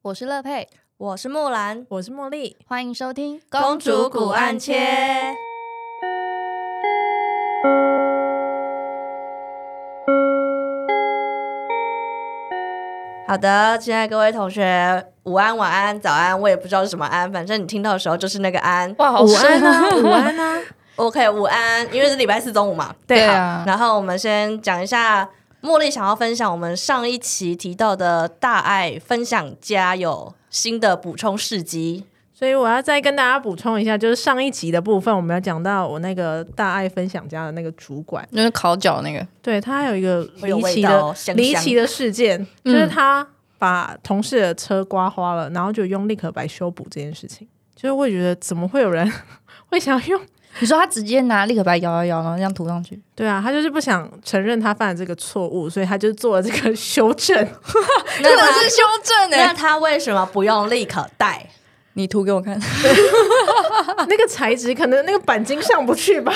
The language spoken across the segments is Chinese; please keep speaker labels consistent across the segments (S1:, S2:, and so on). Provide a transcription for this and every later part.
S1: 我是乐佩，
S2: 我是木兰，
S3: 我是茉莉，
S1: 欢迎收听《
S2: 公主古暗切》。好的，亲爱各位同学，午安、晚安、早安，我也不知道是什么安，反正你听到的时候就是那个安。
S1: 哇，好
S3: 午
S1: 深
S3: 安啊，
S1: 哦
S3: 午安啊，
S2: OK，午安，因为是礼拜四中午嘛。
S1: 对
S2: 好
S1: 啊
S2: 然后我们先讲一下，茉莉想要分享我们上一期提到的大爱分享家有新的补充事迹。
S3: 所以我要再跟大家补充一下，就是上一集的部分，我们要讲到我那个大爱分享家的那个主管，
S1: 就是烤脚那个，
S3: 对他还有一个
S2: 会有
S3: 离
S2: 味
S3: 奇
S2: 道哦
S3: 的
S2: 香
S3: 离
S2: 香
S3: 奇的事件，就是他把同事的车刮花了，然后就用立可白修补这件事情，就是会觉得怎么会有人 会想要用？
S1: 你说他直接拿立可白摇摇摇，然后这样涂上去，
S3: 对啊，他就是不想承认他犯了这个错误，所以他就做了这个修正。
S1: 真
S2: 啊
S1: 的是修正
S2: 那
S1: 哎！
S2: 他为什么不用立可带？
S1: 你涂给我看，
S3: 那个材质可能那个钣金上不去吧？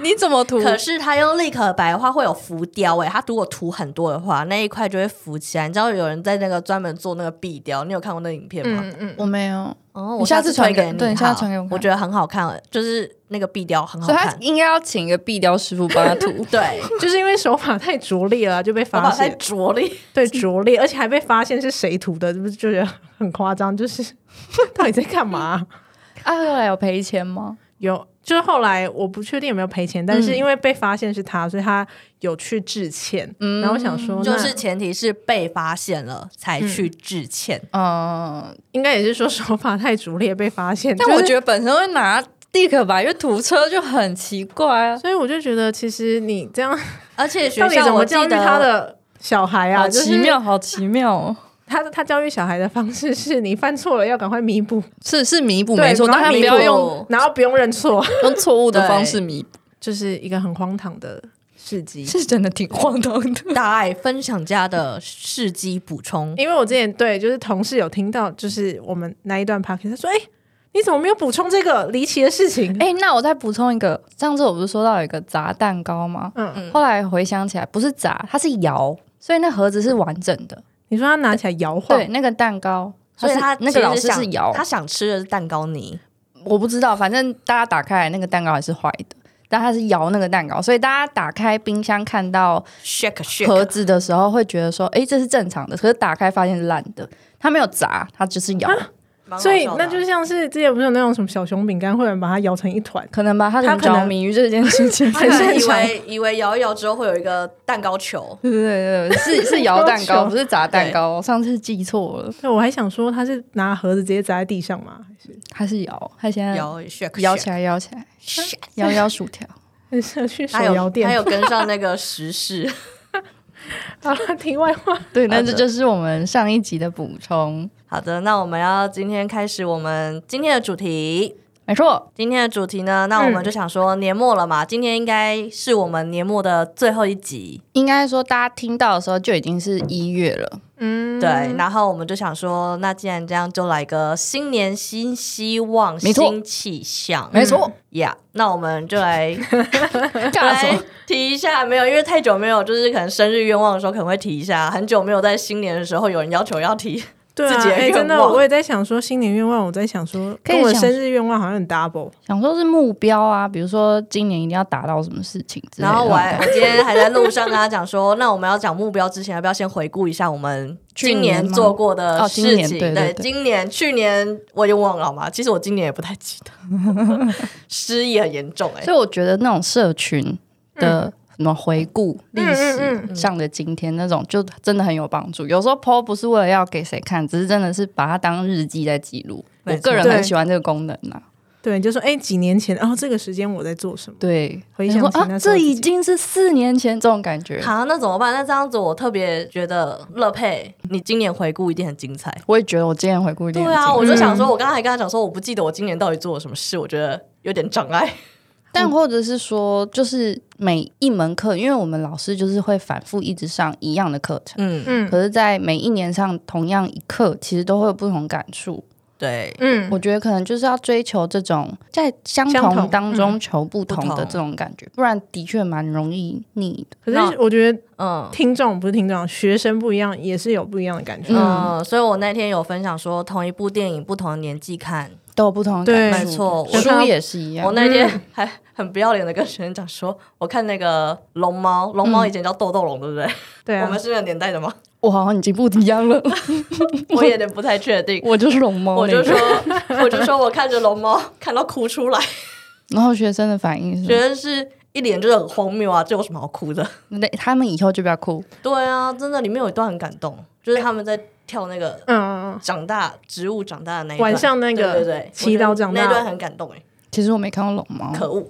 S1: 你怎么涂
S2: 可是他用立可白的话会有浮雕哎、欸，他如果涂很多的话，那一块就会浮起来。你知道有人在那个专门做那个壁雕，你有看过那影片吗？
S3: 嗯嗯，
S1: 我没有，
S2: 哦，
S1: 你
S2: 我
S1: 下次
S2: 次
S1: 传
S2: 推给
S1: 给对
S2: 你
S1: 你下次
S2: 好
S1: 传给我看
S2: 我觉得很好看，就是那个壁雕很好
S1: 所以他
S2: 看。。
S1: 应该要请一个壁雕师傅帮他涂
S2: 对，
S3: 就是因为手法太拙劣了，就被
S2: 我
S3: 发
S2: 把它
S3: 现。
S2: 着力。
S3: 对，拙劣，而且还被发现是谁涂的，这不是就觉得很夸张？就是 到底在干嘛、
S1: 啊，后来有赔钱吗？
S3: 有，就是后来我不确定有没有赔钱，但是
S1: 嗯
S3: 因为被发现是他，所以他有去致歉。
S1: 嗯
S3: 然后我想说，
S2: 就
S3: 那
S2: 是前提是被发现了才去致歉。
S1: 嗯，
S3: 应该也是说手法太拙劣被发现。
S1: 但我
S3: 就是
S1: 觉得本身会拿立可白去涂车就很奇怪啊。
S3: 所以我就觉得，其实你这样
S2: 而且学
S3: 到底
S2: 校
S3: 怎
S2: 我
S3: 么
S2: 记
S3: 教育
S2: 得
S3: 他的小孩啊？
S1: 好
S3: 就是
S1: 奇妙，好奇妙哦！
S3: 他他教育小孩的方式是你犯错了要赶快弥补，
S1: 是是弥补
S3: 对
S1: 没错，
S3: 然后
S1: 但他不
S3: 弥
S1: 要
S3: 补
S1: 用
S3: 然后不用认错，
S1: 用错误的
S2: 对
S1: 方式弥补，
S3: 就是一个很荒唐的事迹。
S1: 是真的挺荒唐的。
S2: 大爱分享家的事迹补充，
S3: 因为我之前对就是同事有听到，就是我们那一段 p a r k 他说：“哎、你怎么没有补充这个离奇的事情？”
S1: 哎、那我再补充一个，上次我不是说到有一个砸蛋糕吗？
S3: 嗯
S2: 嗯
S1: 后来回想起来，不是砸，它是摇，所以那盒子是完整的。
S3: 你说他拿起来摇晃
S1: 对，，那个蛋糕，
S2: 所以
S1: 是
S2: 他
S1: 那
S2: 其
S1: 个
S2: 实
S1: 老师
S2: 想
S1: 是摇，
S2: 他想吃的是蛋糕泥。
S1: 我不知道，反正大家打开来那个蛋糕还是坏的，但他是摇那个蛋糕，所以大家打开冰箱看到
S2: shake
S1: 盒
S2: shake，
S1: 子的时候会觉得说，哎、这是正常的，可是打开发现是烂的，它没有砸，它只是摇，
S2: 啊
S3: 所以那就是像是之前不是有那种什么小熊饼干，会有人把它摇成一团，
S1: 可能吧，他
S3: 他
S1: 很
S3: 可能
S1: 着迷于这件事情，
S2: 他可能
S3: 很
S2: 以
S3: 擅长
S2: 为以为摇一摇之后会有一个蛋糕球，
S1: 对对对对，是是摇 蛋
S3: 要
S1: 糕，
S3: 求
S1: 不是砸蛋糕，我上次记错了，
S3: 对我还想说他是拿盒子直接砸在地上嘛，还是
S1: 它是摇，它
S3: 嗯
S1: 现在
S2: 摇 shake
S1: 摇起来，啊摇起来，
S2: shake，
S1: 摇摇薯 条。
S3: 很适合去手
S2: 他
S3: 嗯摇
S2: 有他
S3: 店
S2: 有。跟上那个时事，
S3: 好了，题外话，
S1: 对，
S2: 好
S1: 那
S2: 的
S1: 这就是我们上一集的补充，
S2: 好的，那我们要今天开始我们今天的主题。
S1: 没错，
S2: 今天的主题呢，那我们
S3: 嗯
S2: 就想说年末了嘛，今天应该是我们年末的最后一集，
S1: 应该说大家听到的时候就已经是一月了，
S3: 嗯，
S2: 对。然后我们就想说，那既然这样，就来个新年新希望、
S1: 没错
S2: 新气象，
S1: 没错，
S2: 呀。那我们就来
S1: 干什
S2: 来
S1: 么？
S2: 提一下，没有，因为太久没有，就是可能生日愿望的时候可能会提一下，很久没有在新年的时候有人要求 要提，
S3: 对
S2: 自
S3: 啊，
S2: 己的
S3: 哎、
S2: 愿
S3: 真的，
S2: 望
S3: 我也在想说新年愿望，我在想说
S1: 可以
S3: 跟我的
S1: 想
S3: 生日愿望好像很 double。
S1: 想说是目标啊，比如说今年一定要达到什么事情之类的。
S2: 然后我还我
S1: 啊
S2: 今天还在路上跟他讲说，那我们要讲目标之前，要不要先回顾一下我们
S1: 去
S2: 今
S1: 年吗
S2: 年做过的
S1: 哦
S2: 事
S1: 今
S2: 情？
S1: 年对对对
S2: 今年、去年我已经忘了好吗？其实我今年也不太记 得，失忆很严重哎、
S1: 所以我觉得那种社群的什么回顾历
S3: 嗯
S1: 史上的今天那种，就真的很有帮助。有时候 PO 不是为了要给谁看，只是真的是把它当日记在记录。
S2: 没
S1: 我
S2: 错
S1: 个人很
S3: 对
S1: 喜欢这个功能啊。
S3: 对，就说哎、几年前，然、后这个时间我在做什么？
S1: 对，
S3: 回想起
S1: 我说啊，
S3: 那时候
S1: 这
S3: 自己
S1: 已经是四年前这种感觉。
S2: 好，那怎么办？那这样子，我特别觉得乐佩，你今年回顾一定很精彩。
S1: 我也觉得我今天回顾一
S2: 对
S1: 点，
S2: 啊，我就想说，我刚才还跟他讲说，我不记得我今年到底做了什么事，我觉得有点障碍。
S1: 但或者是说，
S2: 嗯
S1: 就是每一门课，因为我们老师就是会反复一直上一样的课程。
S2: 嗯，
S3: 嗯，
S1: 可是，在每一年上同样一课，其实都会有不同感触。
S2: 对，
S3: 嗯，
S1: 我觉得可能就是要追求这种在相
S3: 相同嗯
S1: 同当中求不同
S2: 不
S1: 的
S2: 同
S1: 这种感觉，不然的确蛮容易腻的。
S3: 可是
S2: 那
S3: 我觉得
S2: 嗯
S3: 听众不是听众，学生不一样，也是有不一样的感觉。
S2: 嗯，所以我那天有分享说，同一部电影不同的年纪看，
S1: 都有不同的
S3: 对
S1: 感
S2: 没
S1: 受，
S2: 错，我
S3: 就
S1: 书
S3: 像
S1: 也是一
S2: 我
S1: 样。
S2: 那
S3: 嗯
S2: 天还很不要脸的跟学生讲说，我看那个龙猫，龙猫以前叫豆豆龙，对不对？
S3: 嗯对
S2: 我
S3: 啊
S2: 们，是那个年代的 吗？
S1: 我好像已经不一样了，
S2: 我有点不太确定。
S1: 我就是龙猫
S2: 我
S1: 那个。
S2: 就说，我就说我看着龙猫看到哭出来，
S1: 然后学生的反应
S3: 嗯
S2: 觉
S1: 是，
S2: 得是一脸就是很荒谬啊，这有什么好哭的？
S1: 那他们以后就不要哭。
S2: 对啊，真的里面有一段很感动，就是他们在跳那个
S3: 嗯，
S2: 长大植物长大的那一段，
S3: 晚上那个
S2: 对对对，
S3: 祈祷长大
S2: 我觉得那一段很感动哎，
S1: 其实我没看过龙猫，
S2: 可恶，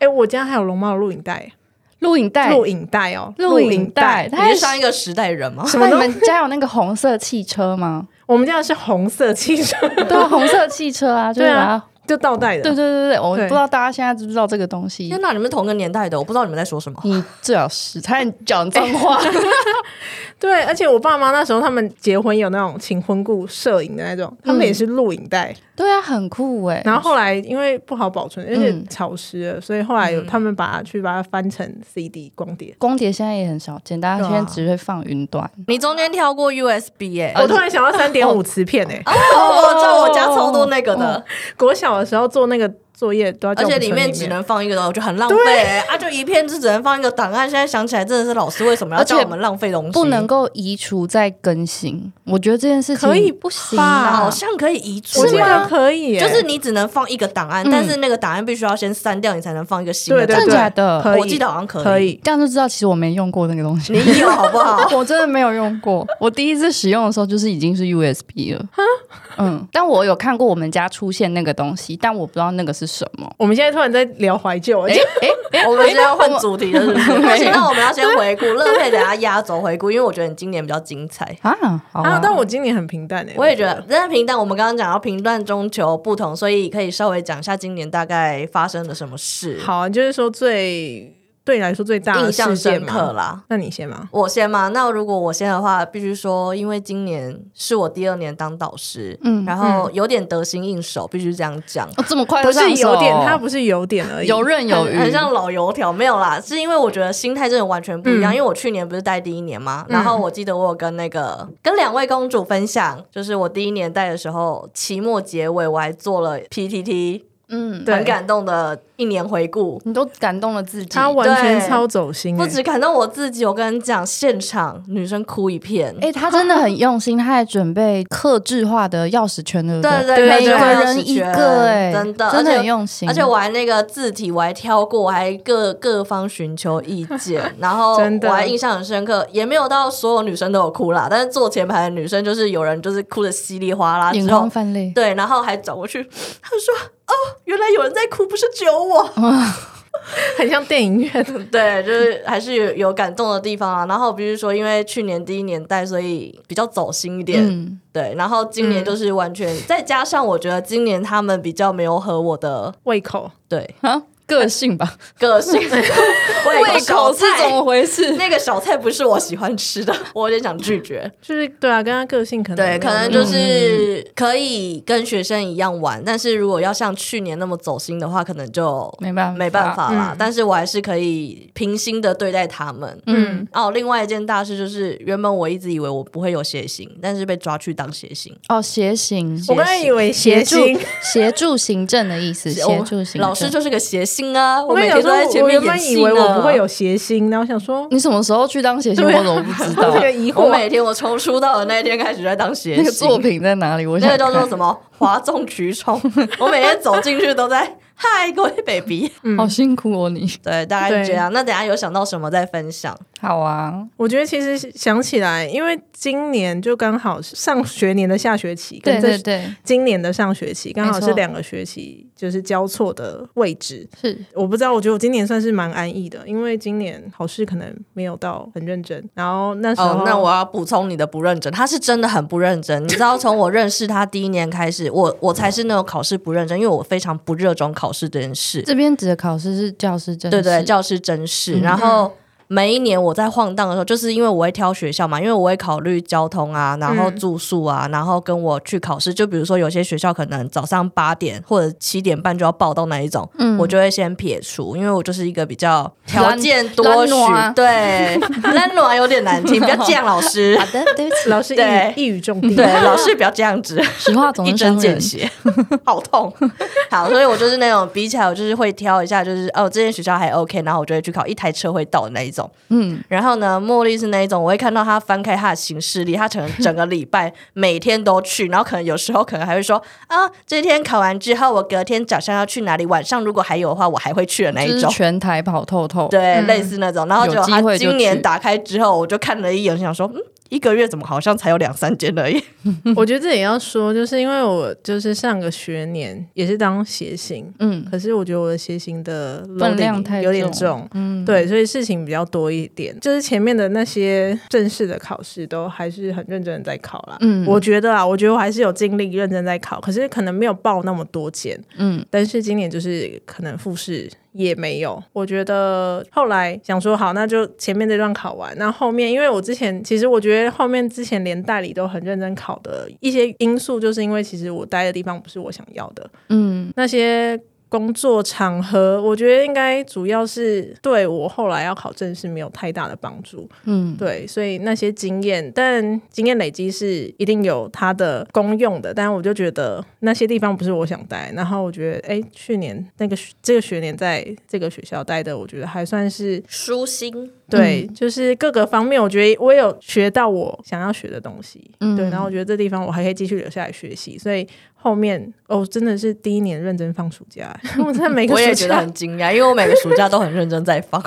S3: 哎，我家还有龙猫的录影带，
S1: 录影带，
S3: 录影带哦，
S1: 录影带，。它
S2: 你
S1: 是
S2: 是上一个时代人吗？
S1: 那你们家有那个红色汽车 吗？
S3: 我们家的是红色汽车，
S1: 对啊，红色汽车啊，就是
S3: 对啊
S1: 把它
S3: 就倒带的。
S1: 对对对对，我
S3: 对
S1: 不知道大家现在知不知道这个东西
S2: 天。哪，你们同个年代的，我不知道你们在说 什么。
S1: 你最好是，差点讲脏 话。
S3: 哎对，而且我爸妈那时候他们结婚有那种请婚顾摄影的那
S2: 嗯
S3: 种，他们也是录影带。
S1: 对啊，很酷哎。
S3: 然后后来因为不好保存，而且
S1: 嗯
S3: 潮湿了，所以后来
S2: 嗯
S3: 有他们把它去把它翻成 CD 光碟。
S1: 光碟现在也很少见，大家
S2: 对啊
S1: 现在只会放云端。
S2: 你中间跳过 USB 哎、
S3: 我突然想到三点五磁片诶、
S2: 哦，在我家超多那个的，
S3: 国小的时候做那个作业都要叫
S2: 而
S3: 我
S2: 且
S3: 们存
S2: 里
S3: 里
S2: 面只能放一个东西，我觉得很浪费、欸、啊！就一片就只能放一个档案。现在想起来，真的是老师为什么要
S1: 而且
S2: 叫我们浪费东西？
S1: 不能够移除再更新，我觉得这件事情
S3: 可以
S1: 不行
S3: 吧
S1: 啊
S2: 好！像可以移除、
S3: 我记
S2: 欸
S3: 得可以耶、
S2: 就是你只能放一个档案，
S1: 嗯
S2: 但是那个档案必须要先删掉，你才能放一个新的
S3: 对
S2: 档案。
S1: 真的假的？
S3: 可以
S2: 我记得好像可以，
S3: 可以，
S1: 这样就知道其实我没用过那个东西。
S2: 你有好不好？
S1: 我真的没有用过，我第一次使用的时候就是已经是 USB 了。嗯，但我有看过我们家出现那个东西，但我不知道那个是什么。
S3: 我们现在突然在聊怀旧，而
S1: 哎
S3: 且
S1: 哎，
S2: 我们现在要换主题了，是不是？
S1: 没有
S2: 不行，那我们要先回顾，乐佩等下压轴回顾，因为我觉得你今年比较精彩。
S1: 啊，好
S3: 啊
S1: 啊，，
S3: 但我今年很平淡诶、
S2: 哎哦我也觉得，真的平淡。我们刚刚讲到平淡中求不同，所以可以稍微讲一下今年大概发生了什么事，
S3: 好啊，就是说最对你来说最大的
S2: 印象
S3: 事件
S2: 深
S3: 嘛
S2: 刻啦。
S3: 那你先嘛，
S2: 我先嘛，那如果我先的话，必须说，因为今年是我第二年当导师，
S1: 嗯
S2: 然后有点得心应手，必须这样讲。
S1: 哦这么快就
S3: 不
S1: 是上手
S3: 有点，它不是有点而已，
S1: 游刃有余，
S2: 很很像老油条，没有啦，是因为我觉得心态真的完全不一样。
S3: 嗯
S2: 因为我去年不是带第一年嘛，然后我记得我有跟那个跟两位公主分享，就是我第一年带的时候，期末结尾我还做了 PTT，
S1: 嗯，
S3: 对
S2: 很感动的一年回顾。
S1: 你都感动了自己。
S3: 它完全
S2: 对
S3: 超走心、欸，
S2: 不止感动我自己，我跟你讲，现场女生哭一片。
S1: 哎、他真的很用心，他还准备克制化的钥匙圈，对不
S2: 对
S1: 对
S2: 对，
S1: 每
S2: 每
S1: 个
S2: 个
S1: 人一个、哎，
S2: 真的，
S1: 真的
S2: 而
S1: 很
S2: 且
S1: 用心。
S2: 而且我还那个字体，我还挑过，我还各各方寻求意见，然后
S3: 真的
S2: 我还印象很深刻，也没有到所有女生都有哭啦，但是坐前排的女生就是有人就是哭的稀里哗啦，
S1: 眼
S2: 之
S1: 眶
S2: 后
S1: 泛泪，
S2: 对，然后还转过去，他就说：“哦，原来有人在哭，不是只有我。
S3: 很像电影院。”
S2: 对，就是还是有有感动的地方啊。然后比如说，因为去年第一年带，所以比较走心一点，
S1: 嗯，
S2: 对。然后今年
S3: 嗯
S2: 就是完全，再加上我觉得今年他们比较没有和我的
S3: 胃口，
S2: 对
S1: 啊，个性吧，
S2: 个性 胃
S1: 胃口
S2: 口
S1: 是怎么回事？
S2: 那个小菜不是我喜欢吃的， 我有点想拒绝。嗯
S3: 就是对啊，跟他个性可能
S2: 对，
S3: 没有
S2: 可能
S3: 那
S2: 就
S3: 么嗯
S2: 是可以跟学生一样玩，但是如果要像去年那么走心的话，可能就
S1: 没办法，
S2: 没办。法啦。
S3: 嗯
S2: 但是我还是可以平心的对待他们。
S1: 嗯，
S2: 哦，另外一件大事就是，原本我一直以为我不会有血型，但是被抓去当血型。
S1: 哦，协行，
S3: 我刚才以为
S1: 协
S3: 谐
S1: 助
S3: 星，
S1: 协助行政的意 思，协
S2: 我
S1: 助行政。
S2: 老师就是个谐星啊，
S3: 我跟
S2: 每
S3: 你
S2: 天
S3: 讲
S2: 都
S3: 说，
S2: 在前
S3: 我
S2: 面
S3: 原
S2: 演
S3: 本以
S2: 戏
S3: 为我
S2: 呢嗯
S3: 不会有谐星，然后想说
S1: 你什么时候去当协行？我
S3: 对啊
S1: 怎么不知道
S3: 我这？个疑惑
S2: 我，每天我从出道的那一天开始就在当谐
S1: 那
S2: 星。
S1: 个作品在哪里？我
S2: 那
S1: 想
S2: 个叫做
S1: 看
S2: 什么“哗众取宠”，我每天走进去都在“嗨，各位 baby”，
S1: 好辛苦哦，你。
S2: 嗯对，大概是这样。那等一下有想到什么再分享。
S1: 好啊，
S3: 我觉得其实想起来，因为今年就刚好是上学年的下学期，
S1: 对
S3: 跟
S1: 对
S3: 这
S1: 对，
S3: 今年的上学期刚好
S1: 没
S3: 是
S1: 错
S3: 两个学期就是交错的位置。
S1: 是
S3: 我不知道，我觉得我今年算是蛮安逸的，因为今年考试可能没有到很认真，然后那时候、
S2: 哦，那 我要补充你的不认真，他是真的很不认真。你知道，从我认识他第一年开始，我我才是那种考试不认真，因为我非常不热衷考试这件事。
S1: 这边指的考试是教师证，
S2: 对对，教师真试。
S1: 嗯
S2: 然后每一年我在晃荡的时候，就是因为我会挑学校嘛，因为我会考虑交通啊，然后
S3: 嗯
S2: 住宿啊，然后跟我去考试。就比如说有些学校可能早上八点或者七点半就要报到那一种，
S1: 嗯
S2: 我就会先撇除，因为我就是一个比较条
S1: 懒
S2: 件多许
S1: 懒惰，
S2: 对， 懒暖有点 难听，不要这样，老师
S1: 好。的，对不起，
S3: 老师一
S2: 对
S3: 语一语中的，
S2: 对，老师不要这样子。
S1: 实话总
S2: 一
S1: 是
S2: 针
S1: 伤
S2: 见
S1: 人。
S2: 血，好痛。 好，所以我就是那种比起来，我就是会挑一下，就是哦，这间学校还 OK，然后我就会去考一台车会到的那一种。
S1: 嗯，
S2: 然后呢，茉莉是那一种，我会看到她翻开她的行事历，她可能整个 礼拜每天都去，然后可能有时候可能还会说啊，这天考完之后，我隔天早上要去哪里，晚上如果还有的话，我还会去的那
S1: 就
S2: 一
S1: 是
S2: 种。
S1: 全台跑透透。
S2: 对，类似那种。然后
S1: 有
S2: 就
S1: 机
S2: 她
S1: 会就
S2: 今年
S1: 去
S2: 打开之后，我就看了一眼，想说嗯。一个月怎么好像才有两三间而已？
S3: 我觉得这也要说，就是因为我就是上个学年也是当谐星，
S1: 嗯
S3: 可是我觉得我的谐星的
S1: 分量
S3: loading
S1: 太
S3: 有点
S1: 重
S3: 重。
S1: 嗯，
S3: 对，所以事情比较多一点，就是前面的那些正式的考试都还是很认真的在考啦。
S1: 嗯
S3: 我觉得啊，我觉得我还是有尽力认真在考，可是可能没有报那么多间，
S1: 嗯，
S3: 但是今年就是可能复试也没有。我觉得后来想说，好，那就前面这段考完，那后面因为我之前其实我觉得后面之前连代理都很认真考的一些因素，就是因为其实我待的地方不是我想要的，
S1: 嗯
S3: 那些工作场合，我觉得应该主要是对我后来要考证是没有太大的帮助。
S1: 嗯，
S3: 对，所以那些经验，但经验累积是一定有它的功用的。但我就觉得那些地方不是我想待，然后我觉得，哎，去年那个学这个学年在这个学校待的，我觉得还算是
S2: 舒心，
S3: 对，
S1: 嗯
S3: 就是各个方面，我觉得我有学到我想要学的东西，
S1: 嗯
S3: 对，然后我觉得这地方我还可以继续留下来学习，所以后面哦，真的是第一年认真放暑假， 我真的每个
S2: 我也
S3: 暑
S2: 觉得
S3: 假，
S2: 很惊讶，因为我每个暑假都很认真在放。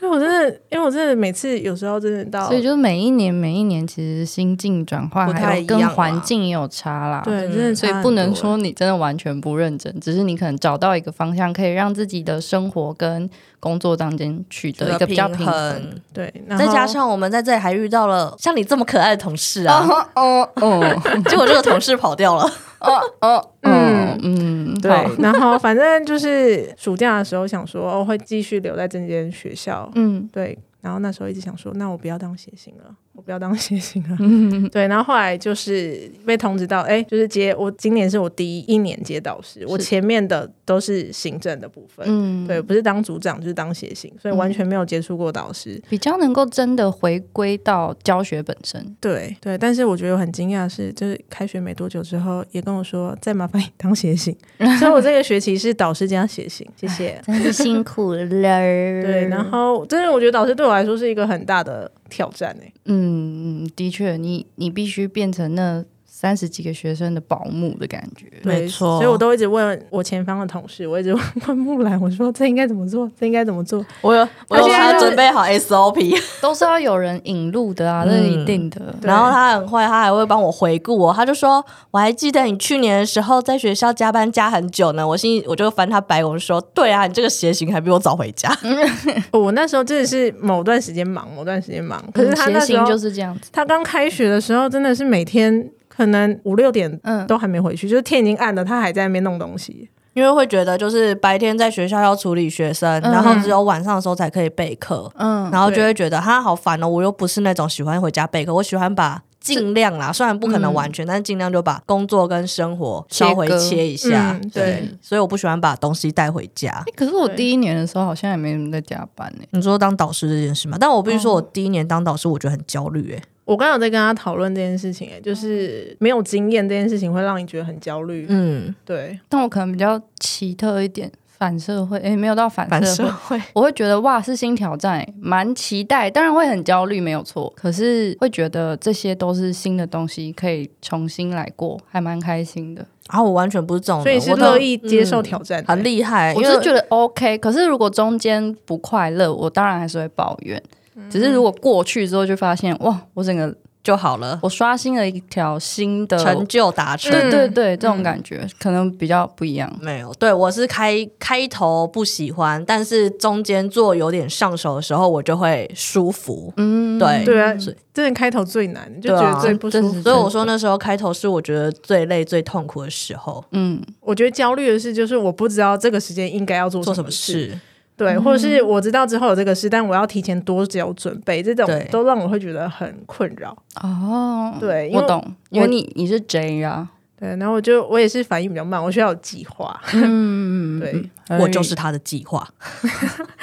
S3: 对我真的，因为我真的每次有时候真的到
S1: 所，以就是每一年每一年，其实心境转换
S2: 不太
S1: 还有
S2: 一样
S1: 跟
S2: 啦
S1: 环境也有差啦。。
S3: 对，真的
S1: 嗯所以
S3: 差很
S1: 不能
S3: 多
S1: 说你真的完全不认真，只是你可能找到一个方向，可以让自己的生活跟工作当间取得一个比较平衡。，
S3: 对，然
S2: 再加
S3: 后
S2: 上我们在这里还遇到了像你这么可爱的同事啊，
S1: 哦哦
S2: 结果这个同事跑掉 了。
S1: 哦哦，
S3: 嗯
S1: 嗯嗯，
S3: 对
S1: 好，
S3: 然后反正就是暑假的时候想说，哦，会继续留在这间学校，
S1: 嗯
S3: 对，然后那时候一直想说，那我不要当谐星了，我不要当谐星了。 对，然后后来就是被通知到，哎，就是接我今年是我第一年接导师，我
S1: 是
S3: 前面的都是行政的部分，
S1: 嗯，
S3: 对，不是当组长就是当谐星，所以完全没有接触过导师。
S1: 比较能够真的回归到教学本身。
S3: 对对，但是我觉得我很惊讶的是，就是开学没多久之后，也跟我说再麻烦你当 谐星， 所以我这个学期是导师加谐星，谢谢。
S1: 真是辛苦了。
S3: 对，
S2: 嗯
S1: 对
S3: 然后真的我觉得导师对我来说是一个很大的挑战哎、
S1: 嗯，嗯的确，你你必须变成那三十几个学生的保姆的感觉。
S3: 对
S2: 没错
S3: 所以我都一直问我前方的同事，我一直问 问木兰，我说这应该怎么做？这应该怎 么做？
S2: 我有，我有
S3: 而且
S2: 帮他
S3: 他就是
S2: 准备好 SOP，
S1: 都是要有人引路的啊，
S2: 嗯
S1: 那是一定的。
S3: 对
S2: 然后他很坏，他还会帮我回顾我。他就说：“我还记得你去年的时候在学校加班加很久呢。”我心里我就翻他白眼我就说：“对啊，你这个邪行还比我早回家。
S3: 哦我那时候真的是某段时间忙，某段时间
S2: 嗯
S3: 忙。可是他
S1: 嗯谐
S3: 那时
S1: 星
S3: 候，
S1: 就是这样子。
S3: 他刚开学的时候，真的是每天可能五六点
S1: 嗯，
S3: 都还没回去，就是天已经暗了，他还在那边弄东西。”
S2: 因为会觉得就是白天在学校要处理学生，
S1: 嗯
S2: 然后只有晚上的时候才可以备课，
S1: 嗯，
S2: 然后就
S3: 对
S2: 会觉得他好烦哦。我又不是那种喜欢回家备课，我喜欢把尽量啦，虽然不
S3: 嗯
S2: 可能完全，但是尽量就把工作跟生活稍微
S1: 切割
S2: 切一下。
S3: 嗯对，
S2: 所以我不喜欢把东西带回家。
S1: 欸可是我
S3: 对
S1: 第一年的时候好像也没什么在加班欸呢、
S2: 你说当导师这件事嘛，但我必须说，
S3: 哦
S2: 我第一年当导师，我觉得很焦虑、欸。
S3: 我刚有在跟他讨论这件事情、哎，就是没有经验这件事情会让你觉得很焦虑。
S2: 嗯，
S3: 对，
S1: 但我可能比较奇特一点，反社会，欸诶，没有到反
S2: 反
S1: 社
S2: 社
S1: 会，
S2: 会。
S1: 我会觉得哇是新挑战、诶蛮期待，当然会很焦虑，没有错。可是会觉得这些都是新的东西，可以重新来过，还蛮开心的。
S2: 然啊后我完全不是这种人，
S3: 所以是
S2: 我都
S3: 乐意接受挑战的、欸
S2: 很厉害，
S1: 我
S2: 哎因
S1: 是
S2: 为
S1: 觉得 OK，可是如果中间不快乐，我当然还是会抱怨。
S2: 嗯
S1: 只是如果过去之后，就发现哇，我整个
S2: 就好了，
S1: 我刷新了一条新的，
S2: 成就达成。
S1: 对对
S3: 呃嗯
S1: 对，这种感觉可能比较不一样。
S2: 没有，对我是开开头不喜欢，但是中间做有点上手的时候，我就会舒服。
S1: 嗯，
S2: 对
S3: 对啊
S2: 所以，
S3: 真的开头最难，就
S2: 对
S3: 觉
S2: 啊
S3: 得最不舒
S1: 真
S3: 服
S1: 是。
S2: 所以我说那时候开头是我觉得最累、最痛苦的时候，
S1: 嗯，
S3: 我觉得焦虑的是，就是我不知道这个时间应该要做
S2: 做
S3: 什
S2: 什
S3: 么
S2: 么
S3: 事。
S2: 事？
S3: 对，
S1: 嗯
S3: 或者是我知道之后有这个事，但我要提前多久准备，这种
S2: 对
S3: 都让我会觉得很困扰。
S1: 哦，
S3: 对因为
S1: 我懂，因为你你是 J 啊，
S3: 对，然后我就我也是反应比较慢，我需要有计划。
S1: 嗯，
S3: 对，
S2: 我就是他的计划。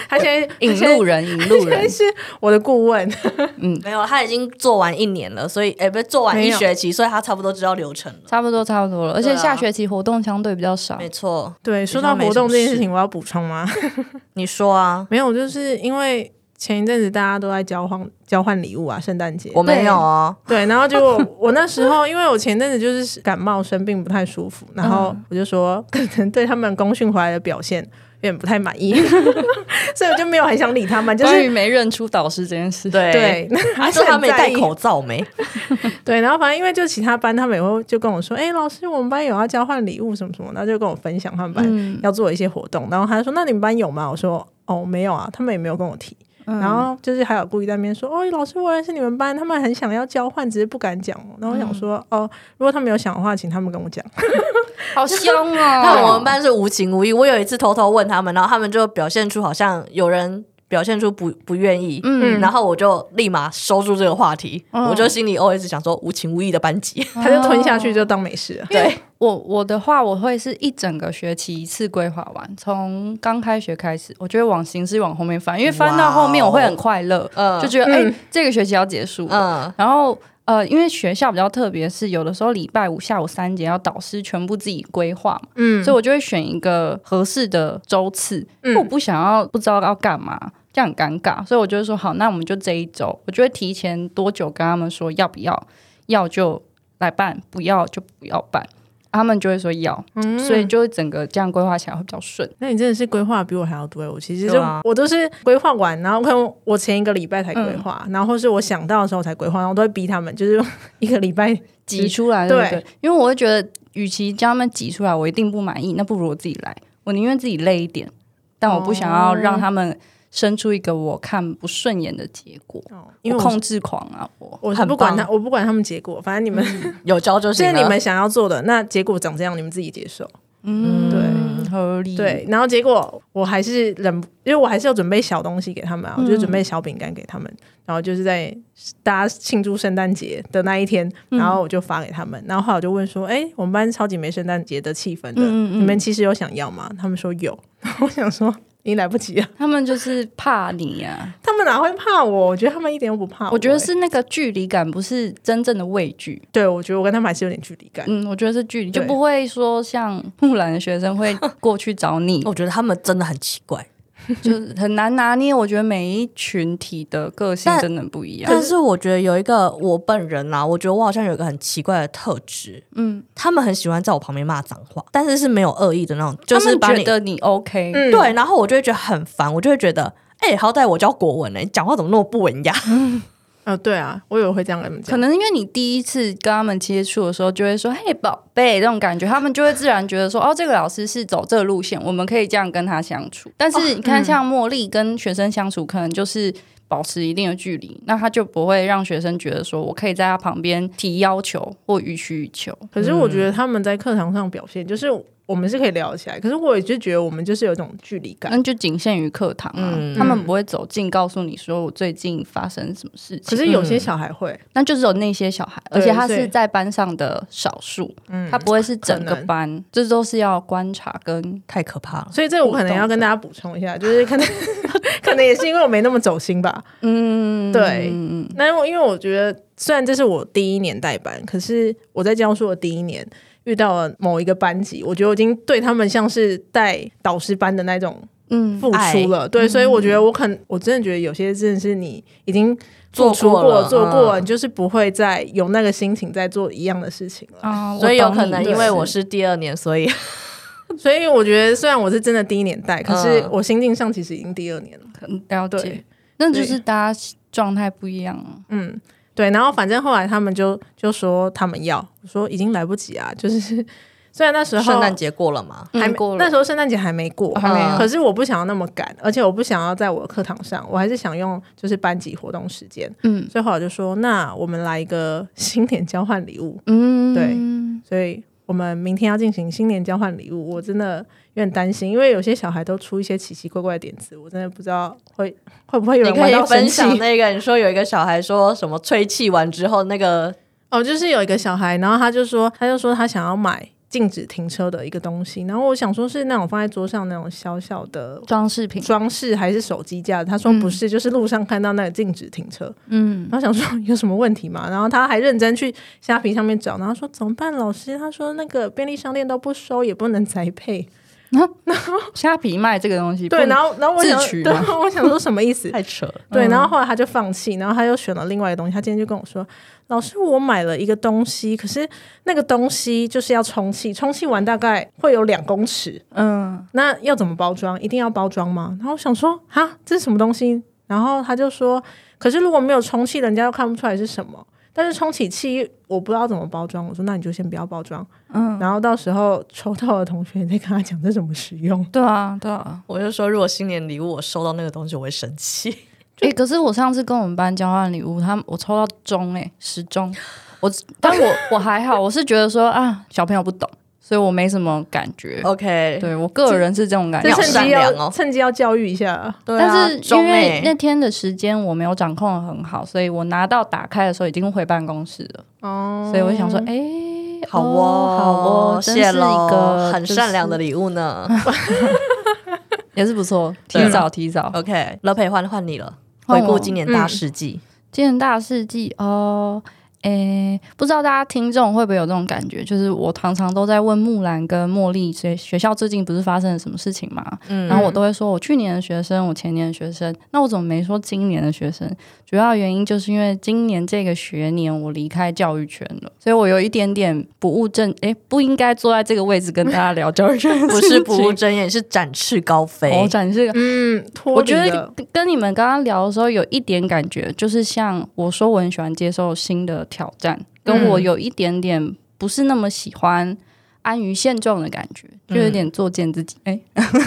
S3: 他现在
S1: 引路人，引路
S3: 他
S1: 人
S3: 现在，是我的顾问，
S2: 没有，他已经做完一年了，所以哎，不是做完
S3: 没
S2: 一
S3: 有
S2: 学期，所以他差不多知道流程了。
S1: 差不多差不多了。而且
S2: 对啊
S1: 下学期活动相对比较少
S2: 没，错，
S3: 对，说到
S2: 没
S3: 活
S2: 什么
S3: 动这件事
S2: 事
S3: 情，我要补充吗？
S2: 你说啊，
S3: 没有，就是因为前一阵子大家都在交换交换礼物啊，圣诞节。
S2: 我没有哦。
S3: 对，然后结果我那时候，因为我前阵子就是感冒生病不太舒服，然后
S2: 嗯
S3: 我就说可能对他们公训回来的表现有点不太满意， 所以我就没有很想理他们，就
S1: 关
S3: 是
S1: 于没认出导师这件事，
S2: 对
S3: 对，
S2: 还
S3: 还
S2: 是啊他没哦戴
S3: 罩。
S2: 口罩没？
S3: 对，然后反正因为就其他班他们也会就跟我说，哎、老师，我们班有要交换礼物什么什么，然后就跟我分享他们班要做一些活动，然后他就说那你们班有吗？我说哦没有啊，他们也没有跟我提。然后就是还有故意在那边说，哦，老师，我认识你们班，他们很想要交换，只是不敢讲哦。然后我想说，哦，如果他们有想的话，请他们跟我讲。
S1: 好凶哦。
S2: 那我们班是无情无义。我有一次偷偷问他们，然后他们就表现出好像有人表现出不不愿意，嗯，然后我就立马收住这个话题。我就心里 OS 想说，无情无义的班级，
S3: 他就吞下去就当没事了。
S2: 对，
S1: 我我的话，我会是一整个学期一次规划完，从刚开学开始，我就会往形式往后面翻，因为翻到后面
S2: 哇哦
S1: 我会很快乐，
S2: 嗯
S1: 就觉得哎、这个学期要结束了，
S2: 嗯，
S1: 然后呃，因为学校比较特别，是有的时候礼拜五下午三点要导师全部自己规划嘛，
S3: 嗯
S1: 所以我就会选一个合适的周次，因为我不想要不知道要干嘛。这样很尴尬，所以我就会说好，那我们就这一周，我就会提前多久跟他们说要不要，要就来办，不要就不要办，啊他们就会说要，所以就会整个这样规划起来会比较顺。
S3: 那你真的是规划比我还要多欸。我其实
S2: 对
S3: 就、
S2: 啊
S3: 我都是规划完，然后可能我前一个礼拜才规划，然后是我想到的时候才规划，然后我都会逼他们，就是 一个礼拜。
S1: 挤出来，对不
S3: 对
S1: 对？因为我会觉得，与其叫他们挤出来，我一定不满意，那不如我自己来，我宁愿自己累一点，但我不想要
S3: 哦
S1: 让他们生出一个我看不顺眼的结果。
S3: 哦因为
S1: 我
S3: 我
S1: 控制狂啊，我
S3: 我是
S2: 很
S3: 不管
S2: 棒
S3: 他，我不管他们结果，反正你们、
S2: 有教就行
S3: 是
S2: 了。
S3: 你们想要做的，那结果长这样，你们自己接受。
S1: 嗯，
S3: 对，
S1: 合理，
S3: 对，然后结果我还是忍不，因为我还是要准备小东西给他们啊，我就准备小饼干给他们，然后就是在大家庆祝圣诞节的那一天，然后我就发给他们，然后后来我就问说，哎、我们班超级没圣诞节的气氛的，
S1: 嗯嗯嗯
S3: 你们其实有想要吗？他们说有， 我想说。你来不及了，
S1: 他们就是怕你啊。
S3: 他们哪会怕我？我觉得他们一点都不怕我、
S1: 我觉得
S3: 欸，
S1: 是那个距离感，不是真正的畏惧。
S3: 对我觉得我跟他们还是有点距离感。
S1: 嗯，我觉得是距离，就
S3: 对
S1: 不会说像木兰的学生 会过去找你，
S2: 我觉得他们真的很奇怪，
S1: 就是很难拿捏。我觉得每一群体的个性
S2: 但
S1: 真的不一样。
S2: 但是我觉得有一个我本人啦、我觉得我好像有一个很奇怪的特质，
S1: 嗯，
S2: 他们很喜欢在我旁边骂脏话，但是是没有恶意的那种，就
S1: 他
S2: 是
S1: 们
S2: 把
S1: 觉
S2: 你
S1: 得你 OK，
S3: 嗯，
S2: 对，然后我就会觉得很烦，我就会觉得，哎、好歹我教国文呢、你讲话怎么那么不文雅？
S3: 呃，对啊，我有会这样跟他们讲
S1: 可。能因为你第一次跟他们接触的时候，就会说“嘿，宝贝”这种感觉，他们就会自然觉得说：“哦，这个老师是走这个路线，我们可以这样跟他相处。”但是你看，像茉莉跟学生相处，可能就是保持一定的距离，那他就不会让学生觉得说我可以在他旁边提要求或予取予求。
S3: 可是我觉得他们在课堂上表现，就是我们是可以聊起来，可是我也就觉得我们就是有一种距离感。
S1: 那就仅限于课堂啊，
S2: 嗯
S1: 他们不会走近告诉你说我最近发生什么事情。
S3: 可是有些小孩会，
S1: 那就只有那些小孩，而
S3: 对
S1: 且他
S3: 所以
S1: 是在班上的少数，
S3: 嗯
S1: 他不会是整个
S3: 可能
S1: 班，这都是要观察跟
S2: 太可怕了。
S3: 所以这个我可能要跟大家补充一下，就是可能可能也是因为我没那么走心吧。
S1: 嗯，
S3: 对
S1: 嗯
S3: 那我因为我觉得，虽然这是我第一年带班，可是我在教书的第一年遇到了某一个班级，我觉得我已经对他们像是带导师班的那种
S1: 嗯，
S3: 付出了，对，所以我觉得我肯，我真的觉得有些真的是你已经
S2: 做
S3: 付出
S2: 过
S3: 过
S2: 了
S3: 做过了，
S2: 嗯
S3: 你就是不会再有那个心情再做一样的事情了。
S1: 啊，
S2: 所以有
S1: 我懂
S2: 可
S1: 你
S2: 能
S1: 的
S2: 因为
S1: 意思
S2: 我是第二年， 所以
S3: 所以我觉得，虽然我是真的第一年带，可是我心境上其实已经第二年了。
S1: 嗯了解
S3: 对，
S1: 那就是大家状态不一样啊了。
S3: 嗯，对。然后反正后来他们就就说他们要，我说已经来不及啊，就是 虽然那时候
S2: 圣诞节过了嘛，
S1: 嗯
S3: 还没
S1: 过了
S3: 那时候圣诞节还没过，嗯
S1: 哦还没有
S3: 可是我不想要那么赶，而且我不想要在我的课堂上，我还是想用就是班级活动时间。
S1: 嗯
S3: 所以后来我就说，那我们来一个新年交换礼物。
S1: 嗯，
S3: 对所以我们明天要进行新年交换礼物，我真的有点担心，因为有些小孩都出一些奇奇怪怪的点子，我真的不知道会会不会有
S2: 你
S3: 人
S2: 可
S3: 玩
S2: 以
S3: 到生
S2: 分
S3: 气。
S2: 享那个，你说有一个小孩说什么吹气完之后，那个
S3: 哦，就是有一个小孩，然后他就说，他就说他想要买禁止停车的一个东西，然后我想说是那种放在桌上那种小小的
S1: 装饰品，
S3: 装饰还是手机架子，他说
S1: 嗯
S3: 不是，就是路上看到那个禁止停车，
S1: 嗯，
S3: 然后想说有什么问题嘛，然后他还认真去虾皮上面找，然后说怎么办，老师，他说那个便利商店都不收，也不能宅配，
S1: 虾皮卖这个东西，
S3: 对，
S1: 不能
S3: 然后然后我想
S1: 自取，
S3: 对
S1: 吗，
S3: 我想说什么意思？
S2: 太扯了，
S3: 对，然后后来他就放弃，然后他又选了另外一个东西。他今天就跟我说：“老师，我买了一个东西，可是那个东西就是要充气，充气完大概会有两公尺，
S1: 嗯，
S3: 那要怎么包装？一定要包装吗？”然后我想说：“哈，这是什么东西？”然后他就说：“可是如果没有充气，人家又看不出来是什么。但是充气器我不知道怎么包装。”我说：“那你就先不要包装，嗯，然后到时候抽到的同学你再跟他讲这怎么使 用。”
S1: 对啊，对啊。
S2: 我就说如果新年礼物我收到那个东西，我会生气。
S1: 诶，可是我上次跟我们班交换礼物，他们我抽到钟诶，时钟，我 但我我还好，我是觉得说啊，小朋友不懂，所以我没什么感觉。
S2: OK，
S1: 对我个人是这种感
S3: 这
S1: 觉
S2: 要，
S3: 趁
S2: 善
S3: 机
S2: 良
S3: 要、
S2: 哦
S3: 趁机要教育一下。
S2: 对啊
S1: 啊但是因
S2: 中
S1: 为
S2: 欸
S1: 那天的时间我没有掌控的很好，所以我拿到打开的时候已经回办公室了，
S3: 哦
S1: 所以我就想说，哎、
S2: 好
S1: 哦，好哦，真
S2: 谢
S1: 是一个
S2: 喽，很善良的，礼物呢。
S1: 就是 也是不错，提
S2: 对啊
S1: 早提早。
S2: OK，乐佩换换你了，
S1: 换
S2: 回
S1: 我嗯
S2: 顾今年大事记，
S1: 今年大事记哦，诶，不知道大家听众会不会有这种感觉？就是我常常都在问木兰跟茉莉，学学校最近不是发生了什么事情吗？
S2: 嗯
S1: 然后我都会说，我去年的学生，我前年的学生，那我怎么没说今年的学生？主要原因就是因为今年这个学年我离开教育圈了，所以我有一点点不务正，诶，不应该坐在这个位置跟大家聊教育圈的
S2: 不
S1: 事
S2: 是
S1: 情，哦
S2: 不务正业，是展翅高
S1: 我
S2: 飞。
S1: 展示个
S3: 嗯，脱
S1: 我
S3: 离
S1: 觉得
S3: 了。
S1: 跟跟你们刚刚聊的时候有一点感觉，就是像我说我很喜欢接受新的挑战，跟我有一点点不是那么喜欢安于现状的感觉，就有点作践自己。哎、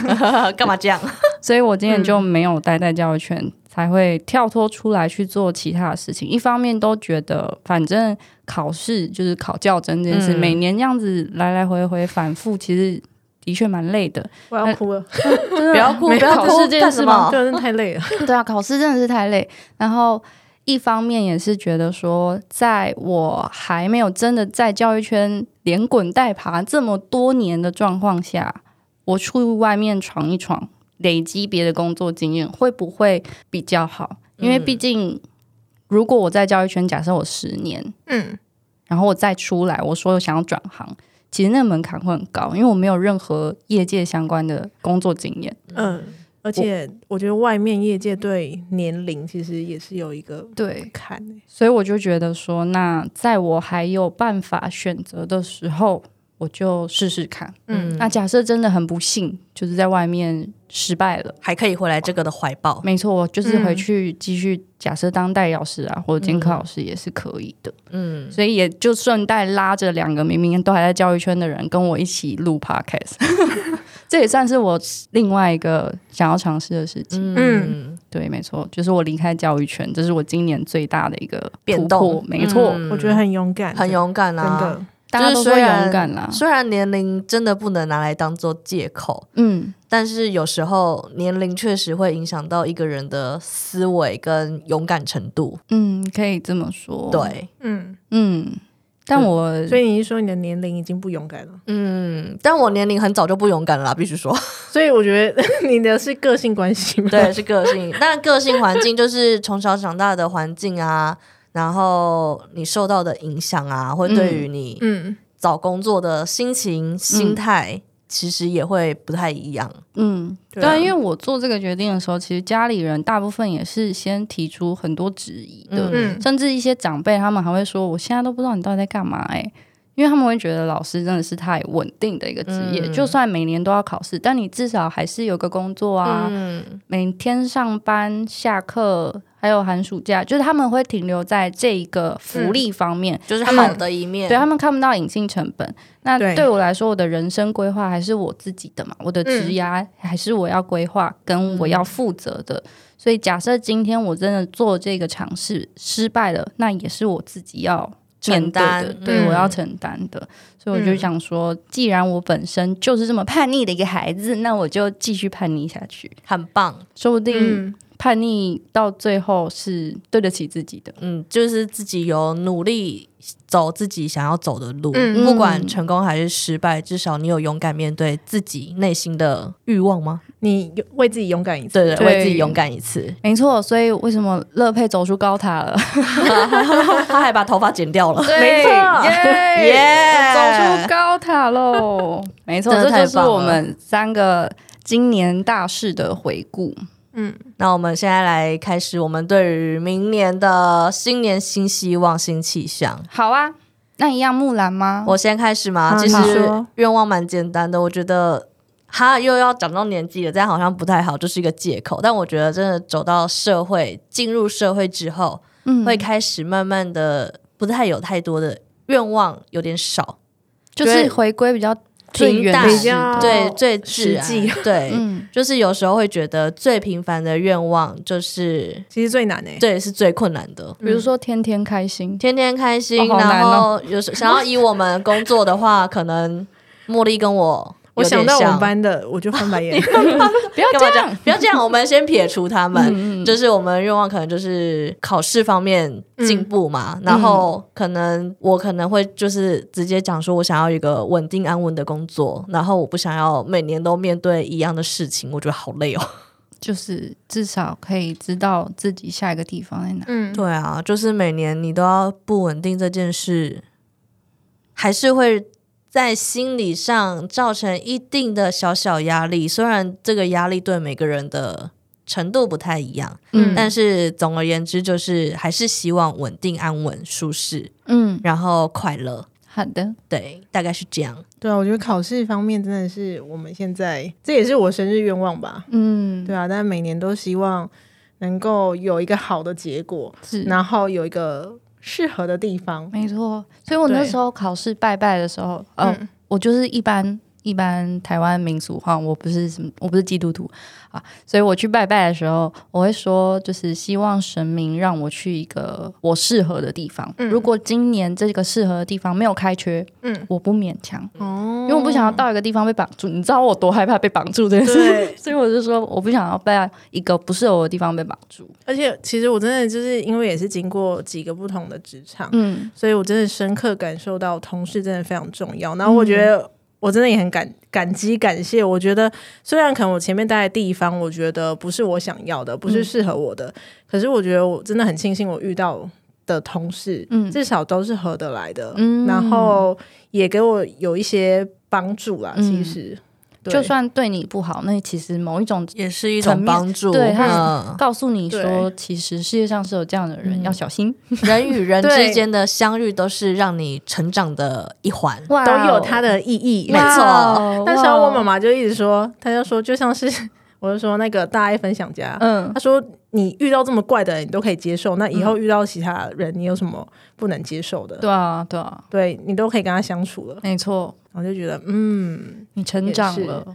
S2: 干嘛 这样？
S1: 所以我今年就没有待在教育圈，才会跳脱出来去做其他的事情。一方面都觉得，反正考试就是考教真这件事，
S2: 嗯
S1: 每年这样子来来回回反复，其实的确蛮累的。
S3: 我要哭了，
S2: 哎
S1: 不
S2: 不要哭，
S3: 没
S2: 不要
S1: 考
S2: 哭，
S1: 试这件
S2: 干
S1: 事
S2: 什
S1: 吗
S2: 么？
S3: 对，真的太累了。
S1: 对啊，考试真的是太累。然后一方面也是觉得说，在我还没有真的在教育圈连滚带爬这么多年的状况下，我去外面闯一闯，累积别的工作经验，会不会比较好？因为毕竟，如果我在教育圈，假设我十年，
S3: 嗯，
S1: 然后我再出来，我说我想要转行。其实那个门槛会很高，因为我没有任何业界相关的工作经验。
S3: 嗯，而且我觉得外面业界对年龄其实也是有一个
S1: 对，
S3: 坎欸、
S1: 所以我就觉得说，那在我还有办法选择的时候，我就试试看。
S3: 嗯
S1: 那假设真的很不幸，就是在外面失败了，
S2: 还可以回来这个的怀抱。
S1: 没错，我就是
S3: 嗯
S1: 回去继续假设当代老师啊，或者监考老师也是可以的。
S2: 嗯，
S1: 所以也就顺带拉着两个明明都还在教育圈的人跟我一起录 podcast，这也算是我另外一个想要尝试的事情。
S3: 嗯
S2: 嗯，
S1: 对，没错，就是我离开教育圈，这是我今年最大的一个
S2: 变
S1: 突破
S2: 动
S1: 没错。
S2: 嗯
S3: 我觉得很勇敢，
S2: 很勇敢
S3: 真
S2: 啊，
S3: 的。
S1: 大家
S2: 就
S1: 都
S2: 是
S1: 说
S2: 虽然
S1: 勇敢啦。
S2: 虽然年龄真的不能拿来当做借口，
S1: 嗯，
S2: 但是有时候年龄确实会影响到一个人的思维跟勇敢程度。
S1: 嗯，可以这么说。，
S2: 对，
S3: 嗯，
S1: 嗯，但我
S3: 所以你是说你的年龄已经不勇敢了？
S2: 嗯，但我年龄很早就不勇敢了啦，必须说，
S3: 所以我觉得 你的是个性关系吗？
S2: 对，是个性。但个性环境就是从小长大的环境啊，然后你受到的影响啊，会对于你
S3: 嗯，
S2: 找工作的心情、心态，其实也会不太一样。
S1: 嗯，
S3: 对
S1: 对
S3: 啊
S1: 啊，因为我做这个决定的时候，其实家里人大部分也是先提出很多质疑的，
S2: 嗯
S1: 甚至一些长辈他们还会说：“我现在都不知道你到底在干嘛。”哎。因为他们会觉得老师真的是太稳定的一个职业，
S2: 嗯
S1: 就算每年都要考试，但你至少还是有个工作啊，
S2: 嗯
S1: 每天上班、下课，还有寒暑假，就是他们会停留在这一个福利方面，
S2: 就是
S1: 他们
S2: 好的一面，
S1: 对啊他们看不到隐性成本。那
S3: 对
S1: 对我来说，我的人生规划还是我自己的嘛，我的职涯
S2: 嗯
S1: 还是我要规划跟我要负责的。所以，假设今天我真的做这个尝试失败了，那也是我自己要面对
S2: 承担
S1: 的，对我
S3: 嗯
S1: 要承担的，所以我就想说，既然我本身就是这么叛逆的一个孩子，
S2: 嗯
S1: 那我就继续叛逆下去，
S2: 很棒。
S1: 说不定
S3: 嗯，
S1: 叛逆到最后是对得起自己的。
S2: 嗯，就是自己有努力走自己想要走的路，
S3: 嗯
S2: 不管
S1: 嗯
S2: 成功还是失败，至少你有勇敢面对自己内心的欲望吗？
S3: 你为自己勇敢一次。
S2: 对对，
S1: 对
S2: 为自己勇敢一次。
S1: 没错，所以为什么乐佩走出高塔了？
S2: 他还把头发剪掉了，
S3: 没错
S1: 耶
S2: 耶
S1: 走出高塔喽！ 没错，
S2: 真的
S1: 这
S2: 太
S1: 就是
S2: 棒了
S1: 我们三个今年大事的回顾。
S3: 嗯，
S2: 那我们现在来开始我们对于明年的新年新希望、新气象。
S1: 好啊，那一样木兰吗？
S2: 我先开始嘛，
S3: 好
S2: 其
S3: 你
S2: 实
S3: 说
S2: 愿望蛮简单的，我觉得。哈，又要长到年纪了，这样好像不太好，就是一个借口。但我觉得，真的走到社会、进入社会之后，
S1: 嗯
S2: 会开始慢慢的不太有太多的愿望，有点少，
S1: 就是回归比较最
S2: 平
S1: 原
S2: 淡
S1: 始的
S3: 哦
S2: 对，最自然
S3: 实际
S2: 对，
S1: 嗯，
S2: 就是有时候会觉得最平凡的愿望，就是
S3: 其实最难欸诶、
S2: 这也是最困难的。
S1: 比如说天天开心，
S2: 天天开心，
S1: 哦好难
S2: 然
S1: 哦
S2: 后有时想要以我们工作的话，可能茉莉跟我
S3: 我
S2: 有点
S3: 想到我
S2: 像
S3: 们班的，我就翻白眼。
S1: 不要
S2: 干嘛
S1: 这
S2: 这
S1: 样
S2: 样？。不要这样，我们先撇除他们。
S1: 嗯
S2: 就是我们愿望可能就是考试方面进步嘛，
S1: 嗯
S2: 然后可能我可能会就是直接讲说，我想要一个稳定安稳的工作，然后我不想要每年都面对一样的事情，我觉得好累哦。
S1: 就是至少可以知道自己下一个地方在哪。
S3: 嗯，
S2: 对啊，就是每年你都要不稳定这件事，还是会在心理上造成一定的小小压力。虽然这个压力对每个人的程度不太一样，
S1: 嗯
S2: 但是总而言之，就是还是希望稳定、安稳、舒适，
S1: 嗯，
S2: 然后快乐。
S1: 好的，
S2: 对，大概是这样。
S3: 对啊，我觉得考试方面真的是我们现在，这也是我生日愿望吧。
S1: 嗯，
S3: 对啊，但每年都希望能够有一个好的结果，
S1: 是嗯
S3: 然后有一个适合的地方。
S1: 没错。所以我那
S3: 对
S1: 时候考试拜拜的时候，呃，
S3: 嗯
S1: 我就是一般一般台湾民俗话，我不是什么，我不是基督徒啊，所以我去拜拜的时候，我会说，就是希望神明让我去一个我适合的地方。
S3: 嗯
S1: 如果今年这个适合的地方没有开缺，
S3: 嗯，
S1: 我不勉强，
S3: 哦
S1: 因为我不想要到一个地方被绑住。你知道我多害怕被绑住这件事。，
S3: 对
S1: 所以我就说，我不想要被一个不适合我的地方被绑住。
S3: 而且其实我真的就是因为也是经过几个不同的职场，
S1: 嗯，
S3: 所以我真的深刻感受到同事真的非常重要。然
S1: 嗯
S3: 后我觉得我真的也很感感激感谢。我觉得虽然可能我前面待的地方，我觉得不是我想要的，
S1: 嗯
S3: 不是适合我的，可是我觉得我真的很庆幸我遇到的同事，
S1: 嗯
S3: 至少都是合得来的，
S1: 嗯
S3: 然后也给我有一些帮助啦。
S1: 嗯
S3: 其实，对
S1: 就算对你不好，那其实某一种
S2: 也是一
S1: 种
S2: 种帮助，
S1: 对它
S2: 嗯、
S1: 告诉你说，
S3: 对
S1: 其实世界上是有这样的人，
S2: 嗯
S1: 要小心。
S2: 人与 人
S3: 对
S2: 之间的相遇都是让你成长的一 环。
S1: 哇哦
S3: 都有它的意义，
S2: 没错
S3: 那时候我妈
S1: 妈，
S3: 妈就一直说，她就说就像是 我就说那个大爱分享家，
S1: 嗯
S3: 她说你遇到这么怪的人，你都可以接受，那以后遇到其他人，你有什么不能接受的？
S1: 对啊，对啊，
S3: 对你都可以跟他相处了。
S1: 没错，
S3: 我就觉得，嗯，
S1: 你成长了，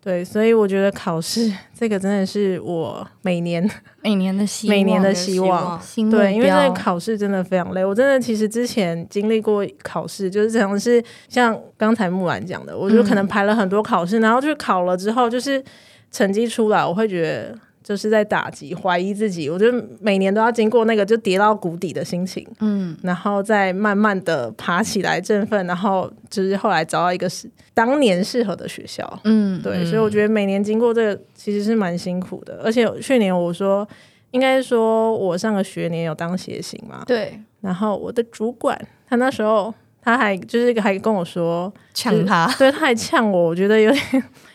S3: 对，所以我觉得考试这个真的是我每年
S1: 每年的希望，
S3: 每年的
S2: 希
S3: 希望。
S2: 望
S1: 新目标
S3: 对，因为这个考试真的非常累。我真的其实之前经历过考试，就是这样是像刚才木兰讲的，我就可
S1: 嗯
S3: 能排了很多考试，然后去考了之后，就是成绩出来，我会觉得就是在打击、怀疑自己。我觉得每年都要经过那个就跌到谷底的心情，
S1: 嗯，
S3: 然后再慢慢的爬起来，振奋，然后就是后来找到一个适当年适合的学校。
S1: 嗯，
S3: 对，
S2: 嗯
S3: 所以我觉得每年经过这个其实是蛮辛苦的，而且去年我说，应该说我上个学年有当协行嘛，
S1: 对，
S3: 然后我的主管他那时候他还就是还跟我说，
S2: 呛他，
S3: 对，他还呛我，我觉得有点，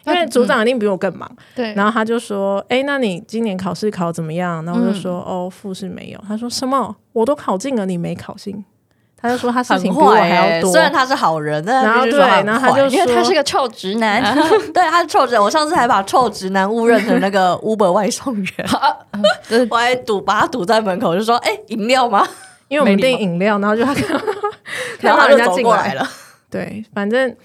S3: 因为组长一定比我更忙，
S1: 对，
S3: 然后他就说，哎，那你今年考试考怎么样？然后我就
S1: 嗯
S3: 说，哦，复试没有，他说什么？我都考进了，你没考进，他就说他事
S2: 很
S3: 情比我
S2: 坏
S3: 还要
S2: 欸
S3: 多，
S2: 虽然他是好人，但
S3: 然后
S2: 必须说
S3: 对
S2: 很
S3: 然后他
S2: 坏
S3: 就
S1: 因为他
S3: 说
S1: 是个臭直男，
S2: 对，他是臭直，我上次还把臭直男误认成那个 Uber 外送 员，
S3: 啊
S1: 就是
S2: 我还堵把他堵在门口，就说：“哎、饮料吗
S3: 因为我们
S1: 没礼
S3: 订
S1: 貌
S3: 饮料，然后就他看到？”
S2: 然
S3: 看
S2: 后
S3: 到
S2: 他
S3: 人
S2: 就
S3: 家
S2: 走
S3: 进
S2: 过
S3: 来
S2: 来。了。
S3: 对，反正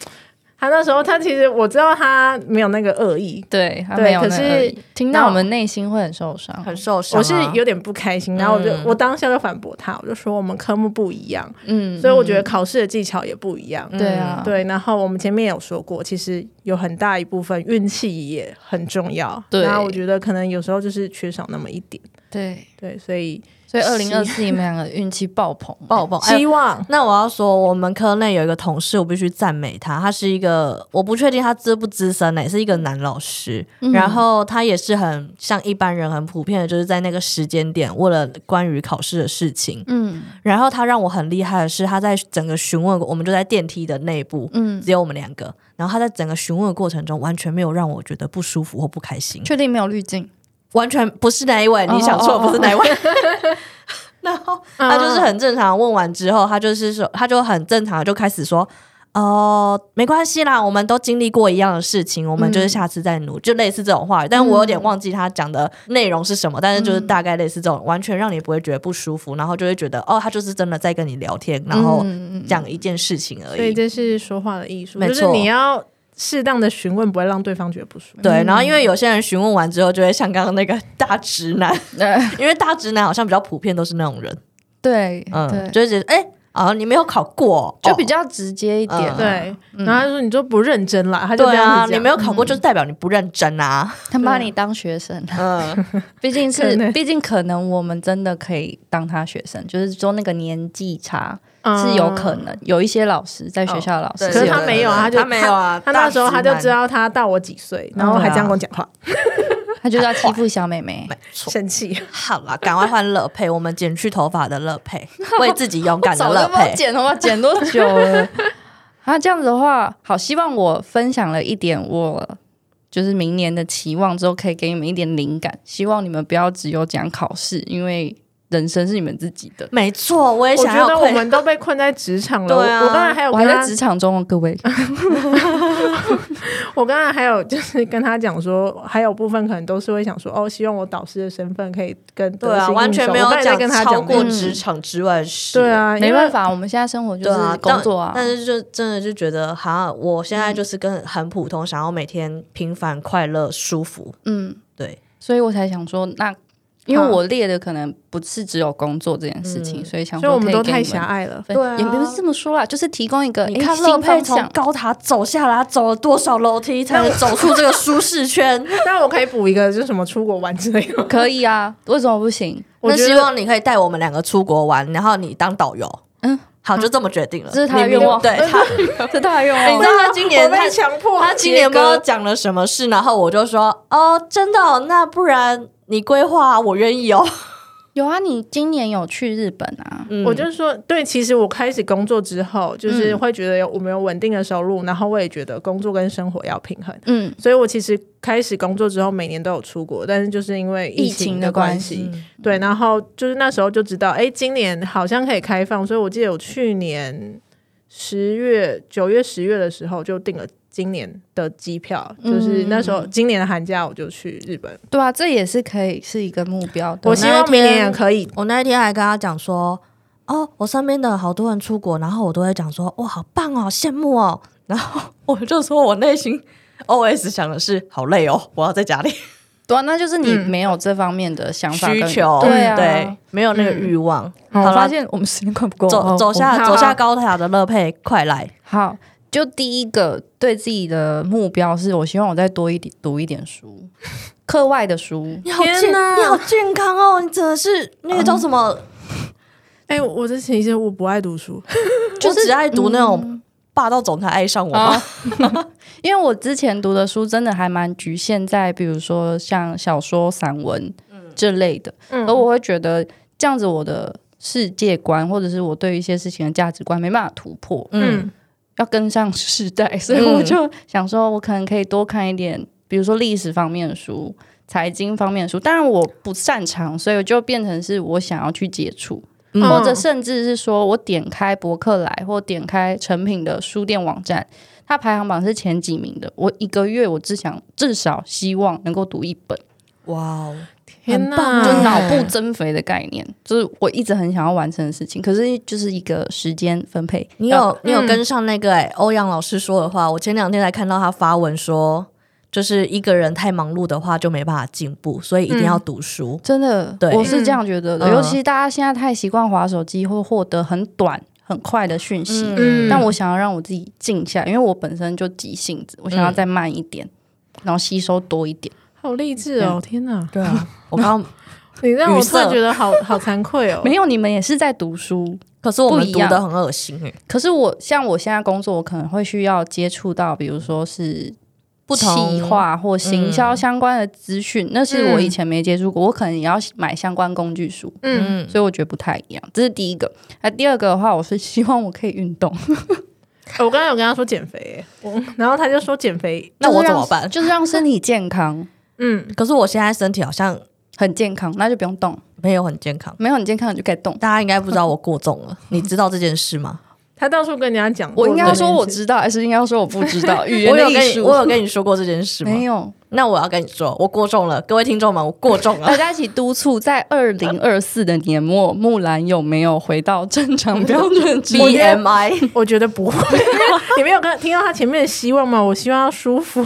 S3: 他那时候他其实我知道他没有那个恶意，
S1: 对，他
S3: 对
S1: 没有那
S3: 可
S1: 个
S3: 是
S1: 恶意听
S3: 那
S1: 到
S3: 我
S1: 我们内心会很受伤，
S2: 很受伤、啊
S3: 我是有点不开心，然后我就、
S2: 嗯
S3: 我当下就反驳他，我就说我们科目不一样，
S1: 嗯，
S3: 所以我觉得考试的技巧也不
S2: 嗯
S3: 一样。
S1: 对啊，
S3: 对，然后我们前面有说过，其实有很大一部分运气也很重要。
S1: 对
S3: 那我觉得可能有时候就是缺少那么一点。
S1: 对，
S3: 对，所以
S1: 所以二
S3: 希
S1: 零二四你们两个运气爆棚，
S2: 爆爆。哎
S3: 希望
S2: 那我要说，我们科内有一个同事，我必须赞美他。他是一个，我不确定他资不资深呢、是一个男老师。
S3: 嗯
S2: 然后他也是很像一般人，很普遍的，就是在那个时间点，为了关于考试的事情。
S1: 嗯
S2: 然后他让我很厉害的是，他在整个询问，我们就在电梯的内部，
S1: 嗯，
S2: 只有我们两个。然后他在整个询问的过程中，完全没有让我觉得不舒服或不开心。
S1: 确定没有滤镜，
S2: 完全不是那一位，
S1: 哦
S2: 你想错
S1: 哦哦
S2: 不是那一位。然后
S3: 嗯
S2: 他就是很正常，问完之后，他就是说，他就很正常就开始说，哦、没关系啦，我们都经历过一样的事情，我们就是下次再
S1: 嗯
S2: 努，就类似这种话语。但我有点忘记他讲的内容是什么，但是
S1: 嗯
S2: 就是大概类似这种，完全让你不会觉得不舒服，然后就会觉得，哦，他就是真的在跟你聊天，然后
S1: 嗯嗯
S2: 讲一件事情而
S3: 所以
S2: 已。
S3: 这是说话的艺术，
S2: 没
S3: 就是
S2: 错
S3: 你要适当的询问，不会让对方觉得不舒服。
S2: 对，然后因为有些人询问完之后，就会像刚刚那个大直 男，因为大直男好像比较普遍都是那种人。
S1: 对
S2: 嗯，
S1: 对，
S2: 就是觉得哎啊，你没有考过，
S1: 就比
S2: 哦
S1: 较直接一点啊，
S3: 对，然后他说你就不认真啦，他就这
S2: 嗯对
S3: 样
S2: 啊，
S3: 子讲
S2: 你没有考过就代表你不认真啊。
S1: 他把你当学生，啊
S2: 嗯，
S1: 毕竟
S3: 可
S1: 是
S3: 能
S1: 毕竟可能我们真的可以当他学生，就是说那个年纪差是有可。
S3: 嗯哦
S1: 能，有一些老师在学校的老师
S2: 对
S3: 可是
S1: 有
S3: 他
S1: 可
S3: 没有啊，
S2: 对对对
S3: 就
S2: 他没有啊
S3: 他那时候
S2: 大
S3: 他
S2: 直男
S3: 就知道他大我几岁，
S2: 嗯
S3: 然后还这样跟我讲话，
S1: 他就是要欺负小妹妹，
S2: 没错。
S3: 生气。
S2: 好了，赶快换乐佩，我们剪去头发的乐 佩，为自己勇敢的
S1: 早
S2: 乐
S1: 就不知道
S2: 佩。
S1: 剪头发剪多久了。 啊，这样子的话，好，希望我分享了一点我就是明年的期望之后，可以给你们一点灵感。希望你们不要只有讲考试，因为人生是你们自己的。
S2: 没错，我也
S3: 我
S2: 哎想
S3: 觉
S2: 要
S3: 得我
S2: 愧
S3: 们都被困在职场了。我
S2: 对啊
S3: 我刚才还有
S1: 我
S3: 跟
S1: 还
S3: 他
S1: 在职场中哦，各位。
S3: 我刚才还有就是跟他讲说，还有部分可能都是会想说，哦，希望我导师的身份可以跟
S2: 对
S3: 得
S2: 啊，
S3: 心应
S2: 完全
S3: 手
S2: 没
S3: 我
S2: 有
S3: 刚才在跟他
S2: 超
S3: 这
S2: 过
S3: 个
S2: 职场之外的事。
S3: 对。啊，
S1: 没
S3: 法。
S1: 办法，我们现在生活就
S2: 对啊
S1: 是，工作啊。嗯
S2: 但但是就真的就觉得，哈，我现在就是跟很普通，想要每天平凡、快乐、舒服，
S1: 嗯，
S2: 对，
S1: 所以我才想说，那因为
S3: 好
S1: 我列的可能不是只有工作这件事情，
S2: 嗯
S1: 所以想
S3: 所
S1: 说
S3: 以我们
S1: 可以
S3: 都
S1: 给
S3: 太
S1: 你们
S3: 狭隘了。
S1: 分
S2: 对啊
S1: 也不是这么说啦，就是提供一个
S2: 你看
S1: 诶
S2: 乐
S1: 新
S2: 佩
S1: 方
S2: 从
S1: 向。
S2: 高塔走下来，走了多少楼梯才能走出这个舒 适圈？
S3: 那我可以补一个，就是什么出国玩之类 的。
S1: 可以啊，为什么不行？
S3: 我
S2: 那
S3: 觉
S2: 希
S3: 得
S2: 望你可以带我们两个出国玩，然后你当导游。
S1: 嗯
S2: 嗯，好，就这么决定了。
S1: 这是他的
S2: 你明
S1: 愿望
S2: 对 他，
S1: 这当然用
S2: 你知道他今年
S3: 我
S2: 他
S3: 被强迫
S2: 他今年不
S3: 切
S2: 知
S3: 割
S2: 道讲了什么事，然后我就说哦，真的哦、那不然你规划啊，我愿意哦。
S1: 有啊，你今年有去日本啊？
S2: 嗯
S3: 我就是说，对，其实我开始工作之后，就是会觉得有我们有稳定的收入，然后我也觉得工作跟生活要平衡，
S1: 嗯，
S3: 所以我其实开始工作之后，每年都有出国，但是就是因为
S1: 疫情
S3: 情
S1: 的
S3: 的
S1: 关
S3: 关系，对，然后就是那时候就知道，哎，今年好像可以开放，所以我记得我去年十月、九月、十月的时候就订了今年的机票，就是那时候今年的寒假我就去日本，
S1: 对啊，这也是可以是一个目标的。
S3: 我希望明年也可以。
S2: 我那一天还跟他讲说，哦，我身边的好多人出国，然后我都会讲说，哇，好棒哦，羡慕哦。然后我就说我内心 OS 想的是，好累哦，我要在家里
S1: 对啊，那就是你没有这方面的想法跟
S2: 需求，嗯
S1: 对啊，
S2: 对，没有那个欲望。
S1: 好。
S2: 好
S1: 我
S2: 了
S1: 发现我们时间快不够，
S2: 走
S1: 哦
S2: 走
S1: 我
S2: 下
S3: 怕
S2: 走下高塔的乐佩，快来！
S1: 好。就第一个对自己的目标是，我希望我再多一点读一点书，课外的书。
S2: 你好健，
S3: 天哪
S2: 你好健康哦！你真的是那个叫什么？
S3: 哎、我之前其实我不爱读书，
S2: 我只爱读那种
S1: 嗯
S2: 霸道总裁爱上我吗
S1: 啊？因为我之前读的书真的还蛮局限在，比如说像小说、散文这类的，
S3: 嗯
S1: 而我会觉得这样子我的世界观或者是我对一些事情的价值观没办法突破，
S2: 嗯，
S1: 要跟上时代，所以我就想说，我可能可以多看一点，比如说历史方面的书、财经方面的书。当然我不擅长，所以我就变成是我想要去接触。
S2: 嗯
S1: 或者甚至是说我点开博客来或点开成品的书店网站，它排行榜是前几名的。我一个月我至想至少希望能够读一本，
S2: 哇哦，
S3: 天
S2: 很棒
S3: 哪，
S2: 啊
S1: 就是脑
S2: 嗯
S1: 部增肥的概念，就是我一直很想要完成的事情，可是就是一个时间分配。
S2: 你
S1: 要
S2: 有你有
S3: 嗯
S2: 跟上那个哎、欧阳老师说的话，我前两天才看到他发文说，就是一个人太忙碌的话就没办法进步，所以一定要读书。
S1: 真的，
S2: 对
S1: 我是这样觉得的。
S2: 嗯
S1: 尤其大家现在太习惯划手机，会获得很短、很快的讯息。
S3: 嗯
S1: 但我想要让我自己静下，因为我本身就急性子，我想要再慢一点，然后吸收多一点。
S3: 好励志哦！天哪，
S1: 嗯
S3: 哦
S2: 对啊， 我刚刚
S3: 你让我
S2: 语
S3: 突然
S2: 塞
S3: 觉得好好惭愧 哦。
S1: 没有，你们也是在读书，
S2: 可是我
S1: 不
S2: 们
S1: 一
S2: 读
S1: 样
S2: 的很恶心哎、
S1: 可是我像我现在工作，我可能会需要接触到，比如说是
S2: 不同
S1: 企划或行销相关的资讯，那是我以前没接触过，我可能也要买相关工具书，
S3: 嗯，
S2: 嗯，
S1: 所以我觉得不太一样。这是第一个。那第二个的话，我是希望我可以运动，
S3: 我刚刚有跟他说减肥耶，我
S1: 嗯
S3: 然后他就说减肥，
S2: 那我怎
S1: 就
S2: 么
S1: 是让
S2: 办？
S1: 就是让身体健康，
S3: 嗯，
S2: 可是我现在身体好像
S1: 很健康，那就不用动。
S2: 没有很健康，
S1: 没有很健康，你就该动。
S2: 大家应该不知道我过重了，
S1: 嗯
S2: 你知道这件事吗？
S3: 他到处跟人家讲过
S1: 我
S3: 这
S1: 应
S3: 件事，
S1: 该要说我知道，还是应该要说我不知 道？语言
S2: 我
S1: 的
S2: 有
S1: 艺
S2: 跟你
S1: 术，
S2: 我有跟你说过这件事 吗
S1: 没？有？
S2: 那我要跟你说，我过重了，各位听众 啊们，我过重了
S1: 大。家一起督促，在二零二四的年末，木兰有没有回到正常标 准值？
S2: BMI
S3: 我觉得不 会，你没有跟听到他前面的希望吗？我希望要舒服，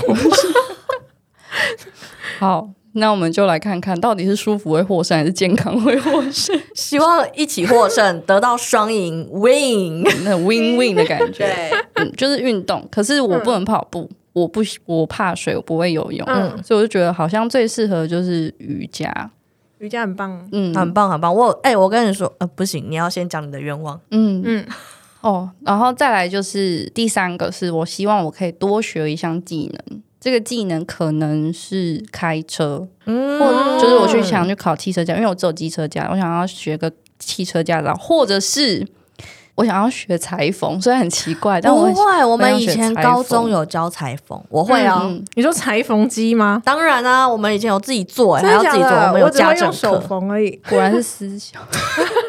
S1: 好，那我们就来看看到底是舒服会获胜，还是健康会获胜？
S2: 希望一起获胜，得到双赢，win。
S1: 那 win win 的感觉，
S2: 对，
S1: 嗯，就是运动。可是我不能跑步，我不我怕水，我不会游泳，
S3: 嗯
S1: 所以我就觉得好像最适合就是瑜伽。
S3: 瑜伽很棒，
S1: 嗯
S2: 很棒，很棒。我有哎、我跟你说，呃，不行，你要先讲你的愿望。
S1: 嗯
S3: 嗯
S1: 哦，然后再来就是第三个是我希望我可以多学一项技能，这个技能可能是开车，
S2: 嗯
S1: 或就是我去想去考汽车驾，因为我只有机车驾，我想要学个汽车驾照，或者是我想要学裁缝，虽然很奇怪，但我
S2: 不
S1: 很
S3: 哦
S2: 会，我
S1: 我
S2: 们
S1: 想
S2: 以
S1: 学
S2: 前
S1: 裁
S2: 高
S1: 缝
S2: 中有教裁缝，我会啊。
S1: 嗯
S3: 你说裁缝机吗？
S2: 当然啊，我们以前有自己做、哎，还
S3: 真
S2: 要
S3: 的假
S2: 自己做，
S3: 的？
S2: 们
S3: 我
S2: 有
S3: 只
S2: 家
S3: 会
S2: 政
S3: 用手
S2: 课，
S3: 缝而已。
S1: 果然是私 校，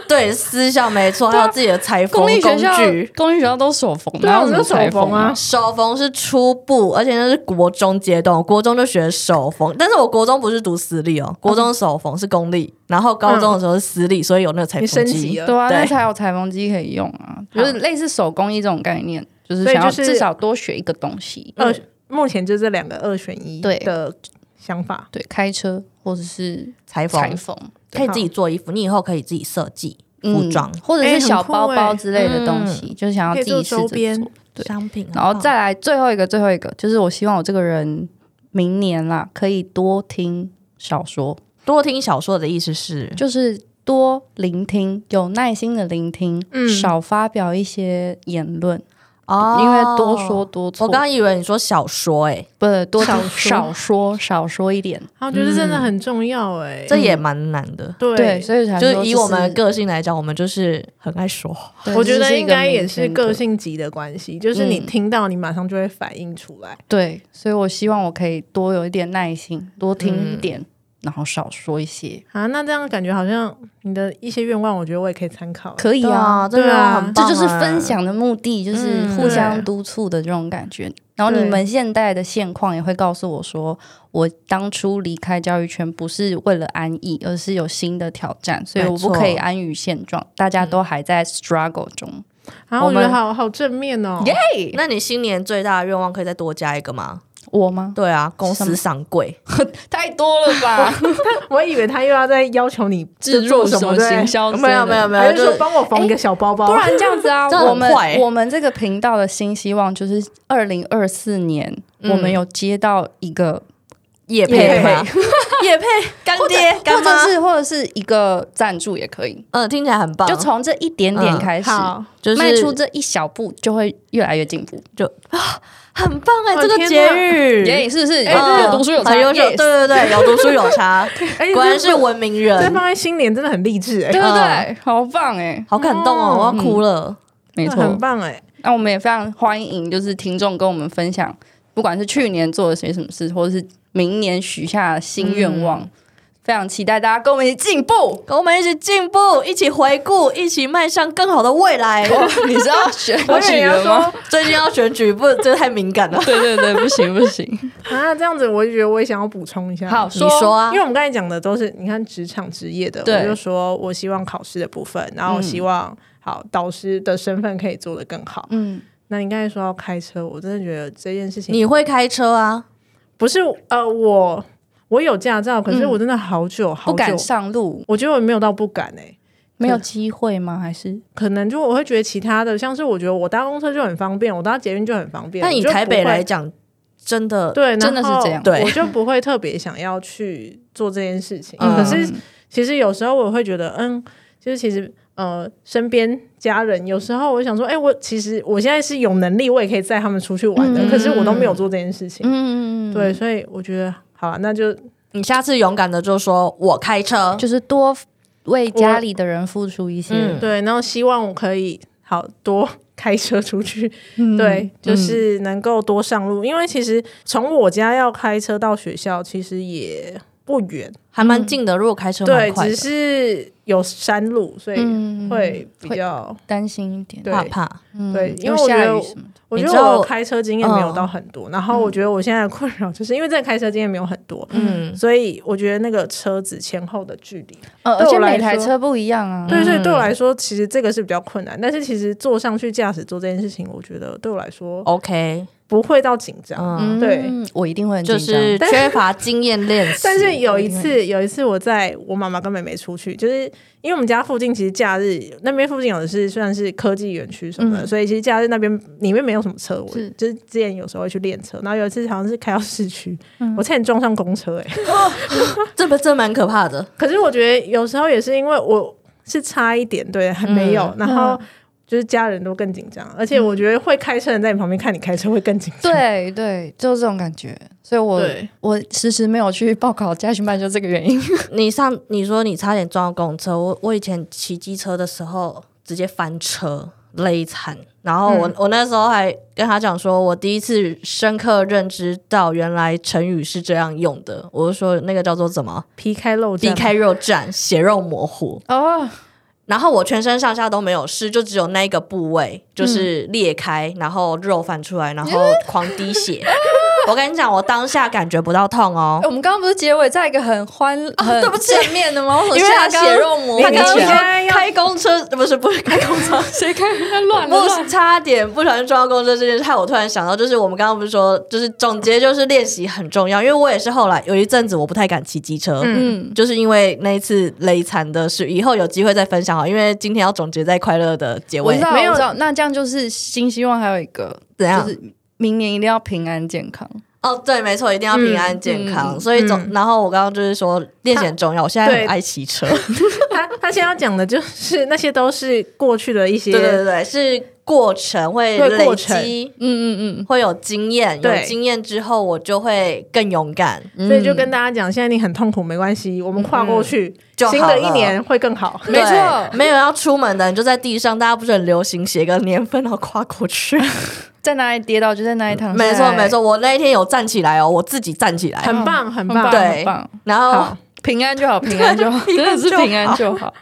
S2: 对，私校没错，还有自己的裁缝
S1: 公立学
S2: 工
S1: 校
S2: 具。
S1: 公立学校都手缝，
S3: 对
S1: 哪
S3: 啊
S1: 有什么
S3: 我就手
S1: 裁缝
S3: 缝啊
S2: 手缝是初步，而且那是国中阶段，我国中就学手缝，但是我国中不是读私立哦，国中手缝是公立，然后高中的时候是私立，所以有那个裁
S3: 你
S2: 缝
S3: 升级
S2: 机。
S3: 了，
S1: 对啊，
S2: 对
S1: 那才有裁缝机可以用啊，就是类似手工艺这种概念，就是
S3: 所以
S1: 想要
S3: 就是嗯
S1: 至少多学一个东西。
S3: 二呃目前就这两个二选一
S1: 对
S3: 的想法。
S1: 对，开车或者是
S2: 裁缝
S1: 裁缝，
S2: 可以自己做衣服，你以后可以自己设计
S1: 嗯
S2: 服装、
S1: 或者
S3: 哎
S1: 是
S3: 很
S1: 小
S3: 酷
S1: 包
S3: 哎
S1: 包之类的东西，就是想要
S3: 可以
S1: 自
S3: 做
S1: 己试着
S3: 周边
S1: 做。对
S2: 商品，
S1: 然后再来最后一个，最后一个就是我希望我这个人明年啦，可以多听小说，
S2: 多听小说的意思
S3: 嗯
S2: 是，
S1: 就是多聆听，有耐心的聆听，
S3: 嗯
S1: 少发表一些言论，
S2: 哦
S1: 因为多说。多错。
S2: 我刚以为你说小说、欸，
S1: 不多听少
S3: 少说
S1: 说少说一点，
S3: 然后我觉得真的很重要哎、
S2: 这也蛮难的。
S1: 嗯对，
S3: 对，
S1: 所以才
S2: 就
S1: 说
S2: 是以
S1: 这
S2: 我们的
S1: 是
S2: 个性来讲，我们就是很爱说话。
S1: 对
S3: 我
S1: 这
S3: 觉得
S1: 是一
S3: 应
S1: 个
S3: 该也
S1: 明
S3: 是
S1: 天
S3: 个
S1: 的
S3: 性级的关系，就是你
S1: 嗯
S3: 听到你马上就会反应出来。
S1: 对，所以我希望我可以多有一点耐
S2: 嗯
S1: 心，多听一点，然后少说一些，
S3: 啊，那这样感觉好像你的一些愿望，我觉得我也可以参考。
S1: 可以
S2: 对啊，这
S3: 对
S2: 个
S3: 啊
S2: 很棒、啊
S1: 这就是分。享的目的，就是
S2: 嗯
S1: 互相
S3: 对
S1: 督促的这种感觉。然后你们现在的现况也会告诉我说，我当初离开教育圈不是为了安逸，而是有新的挑战，所以
S2: 没
S1: 我不
S2: 错
S1: 可以安于现状。大家都还在 struggle 中，
S3: 然啊后我觉
S2: 我
S3: 得
S2: 们
S3: 好好正面哦。
S1: 耶
S2: 那你新年最大的愿望可以再多加一个吗？
S1: 我吗？
S2: 对啊，公司上柜，
S1: 太多了 吧？
S3: 我以为他又要再要求你
S1: 置
S3: 做
S1: 入
S3: 什
S1: 什么
S3: 对
S1: 行销之类的？
S2: 没有没有没
S3: 还
S2: 有，
S3: 是
S2: 就
S3: 说
S2: 是
S3: 帮我缝一个小包包？
S1: 哎不然这样子啊
S2: 哦 这样，很
S1: 我们
S2: 快欸
S1: 我们这个频道的新希望就是二零二四年，
S2: 嗯
S1: 我们有接到一 个，
S2: 叶
S3: 叶
S2: 配
S3: 配
S2: 吗？叶配干爹
S1: 或
S2: 干
S1: 者
S2: 妈，
S1: 是或者是一个赞助也可以，
S2: 嗯，听起来很棒，
S1: 就从这一点点
S2: 嗯
S1: 开始，
S3: 好，
S2: 就是
S1: 迈出这一小步，就会越来越进步。
S2: 很棒哎、
S3: 哦
S2: 这个
S3: 天
S2: 节
S3: 哪
S2: 日嗯
S1: 耶，是不是？
S3: 哎对
S1: 有读书有差，
S2: 哦很优秀，
S1: yes
S2: 对对对，有读书有 差，
S3: 哎
S2: 果然是文明
S3: 这
S2: 人
S3: 放，在新年真的很励志哎
S1: 对，对对
S2: 嗯，
S1: 好棒哎，
S2: 好感动哦，我要哭了。
S1: 没
S3: 很
S1: 错。
S3: 棒哎。
S1: 那我们也非常欢迎，就是听众跟我们分嗯享，不管是去年做了些什么事，或者是明年许下的新愿望，非常期待大家跟我们一起进 步。
S2: 跟我们一起进步，一起回顾，一起迈向更好的未 来。
S1: 你知道选
S3: 我以为
S1: 举
S3: 你要
S1: 了吗？
S2: 最近要选举，不，这太敏感了。
S1: 对对对，不行不 行。
S3: 啊，这样子我就觉得我也想要补充一下。
S1: 好，
S2: 你说啊
S3: 因为，我们刚才讲的都是你看职场职业的，
S1: 对
S3: 我就说我希望考试的部分，然后我希望、好导师的身份可以做得更好。
S1: 嗯，
S3: 那你刚才说要开车，我真的觉得这件事情
S2: 你会开车啊？
S3: 不是呃，我我有驾照，可是我真的好久、
S1: 嗯
S3: 好久
S1: 不敢上路，
S3: 我觉得我没有到不敢哎、
S1: 没有机会吗？还是
S3: 可能就我会觉得其他的，像是我觉得我搭公车就很方便，我搭捷运就很方便。
S2: 那以
S3: 我就不
S2: 台北
S3: 会
S2: 来讲，真的
S3: 对，然
S1: 真的是
S3: 后
S1: 这样
S2: 对
S3: 我就不会特别想要去做这件事情。
S2: 嗯
S3: 可是其实有时候我会觉得，嗯，就是其实呃，身边家人有时候我想说，哎、我其实我现在是有能力，我也可以载他们出去玩的，
S1: 嗯
S3: 可是我都没有做这件事情。
S1: 嗯，
S3: 对，所以我觉得好啊，那就
S2: 你下次勇敢的就说我开车，
S1: 就是多为家里的人付出一些
S2: 嗯。
S3: 对，然后希望我可以好多开车出去，
S1: 嗯
S3: 对，就是能够多上路，因为其实从我家要开车到学校，其实也不远。
S2: 还蛮近的。如果开车蛮
S3: 对，
S2: 快
S3: 只
S2: 的，
S3: 是有山路，所以
S1: 嗯
S3: 会比较、
S1: 担心一点。
S3: 对
S2: 怕怕。
S1: 嗯
S3: 对因为
S1: 又
S3: 我觉
S1: 下
S3: 得
S1: 雨
S3: 我
S1: 什么的，
S3: 我
S2: 你
S3: 觉
S2: 知
S3: 得
S2: 道
S3: 我开车经验没有
S2: 嗯
S3: 到很多，然后我觉得我现在的困扰就是因为这开车经验没有很多，
S2: 嗯，
S3: 所以我觉得那个车子前后的距离，
S1: 呃，而
S3: 对
S1: 且
S3: 我来
S1: 每台
S3: 说
S1: 车不一样啊。
S3: 对，所以对我
S2: 嗯
S3: 来说，其实这个是比较困难。但是其实坐上去驾驶座这件事情，我觉得对我来说
S2: OK，
S3: 不会到紧张。
S2: 嗯，
S1: 嗯，
S3: 啊对，
S1: 我一定会很紧
S2: 就
S1: 张
S2: 是
S3: 但
S2: 缺乏经验练习。
S3: 但是有一次，有一次我在我妈妈跟妹妹出去，就是因为我们家附近其实假日那边附近有的是算是科技园区什么的，
S1: 嗯
S3: 所以其实假日那边里面没有什么车，我
S1: 是
S3: 就是之前有时候会去练车，然后有一次好像是开到市区，我差点撞上公车哎、欸
S2: 这不这蛮可怕的，
S3: 可是我觉得有时候也是因为我是差一点，对，还没有，然后。就是家人都更紧张，而且我觉得会开车的人在你旁边看你开车会更紧 张。
S1: 对对，就是这种感觉。所以我
S3: 对
S1: 我迟迟没有去报考家训班，就这个原因。
S2: 你上你说你差点撞到公车，我我以前骑机车的时候直接翻车勒惨，然后我、我那时候还跟他讲说，我第一次深刻认知到原来成语是这样用的，我就说那个叫做什么
S3: 皮开肉
S2: “皮
S3: 绽，
S2: 开肉绽，血肉模糊
S1: 哦，”，
S2: 然后我全身上下都没有事，就只有那一个部位就是裂开，然后肉翻出来，然后狂滴血。我跟你讲，我当下感觉不到痛哦
S1: 哎，我们刚刚不是结尾在一个很欢很
S2: 对不起
S1: 正面的 吗？我
S2: 因为他刚
S1: 血肉模糊
S2: 他刚刚
S1: 起
S2: 说
S1: 来，
S2: 开公车，不是不是开公车，
S1: 谁看他 乱了
S2: 不
S1: 乱
S2: 是差点不小心撞到公车这件事，害我突然想到，就是我们刚刚不是说，就是总结就是练习很重要，因为我也是后来有一阵子我不太敢骑机车。
S3: 嗯，
S1: 嗯，
S2: 就是因为那一次雷惨的事，以后有机会再分享好，因为今天要总结在快乐的结
S1: 我
S2: 尾
S1: 知，道，
S3: 没有
S1: 我知道。那这样就是新希望，还有一个
S2: 怎样？
S1: 就是明年一定要平安健康。
S2: 哦，对，没错，一定要平安健康。所以总，
S3: 嗯
S2: 然后我刚刚就是说练习很重要，我现在很爱骑车，
S3: 他他现在要讲的就是那些都是过去的一些
S2: 对对对对，是过程会
S3: 对
S2: 累
S3: 过程
S2: 积，
S1: 嗯嗯
S2: 会有经验，有
S3: 对
S2: 经验之后我就会更勇敢。
S1: 嗯，
S3: 所以就跟大家讲，现在你很痛苦没关系，我们跨过去，
S2: 嗯就好
S3: 新的一
S2: 了
S3: 年会更好。
S1: 没错
S2: 对没有要出门的人就在地上，大家不是很流行写个年份然后跨 过去？
S1: 在哪里跌倒就在哪里躺下来。
S2: 没错没错，我那一天有站起来哦，我自己站起来，
S3: 很棒，很棒。
S1: 嗯
S2: 对
S1: 很棒
S2: 然后
S3: 好，
S1: 平安就好，平安就好，真的是平安就好。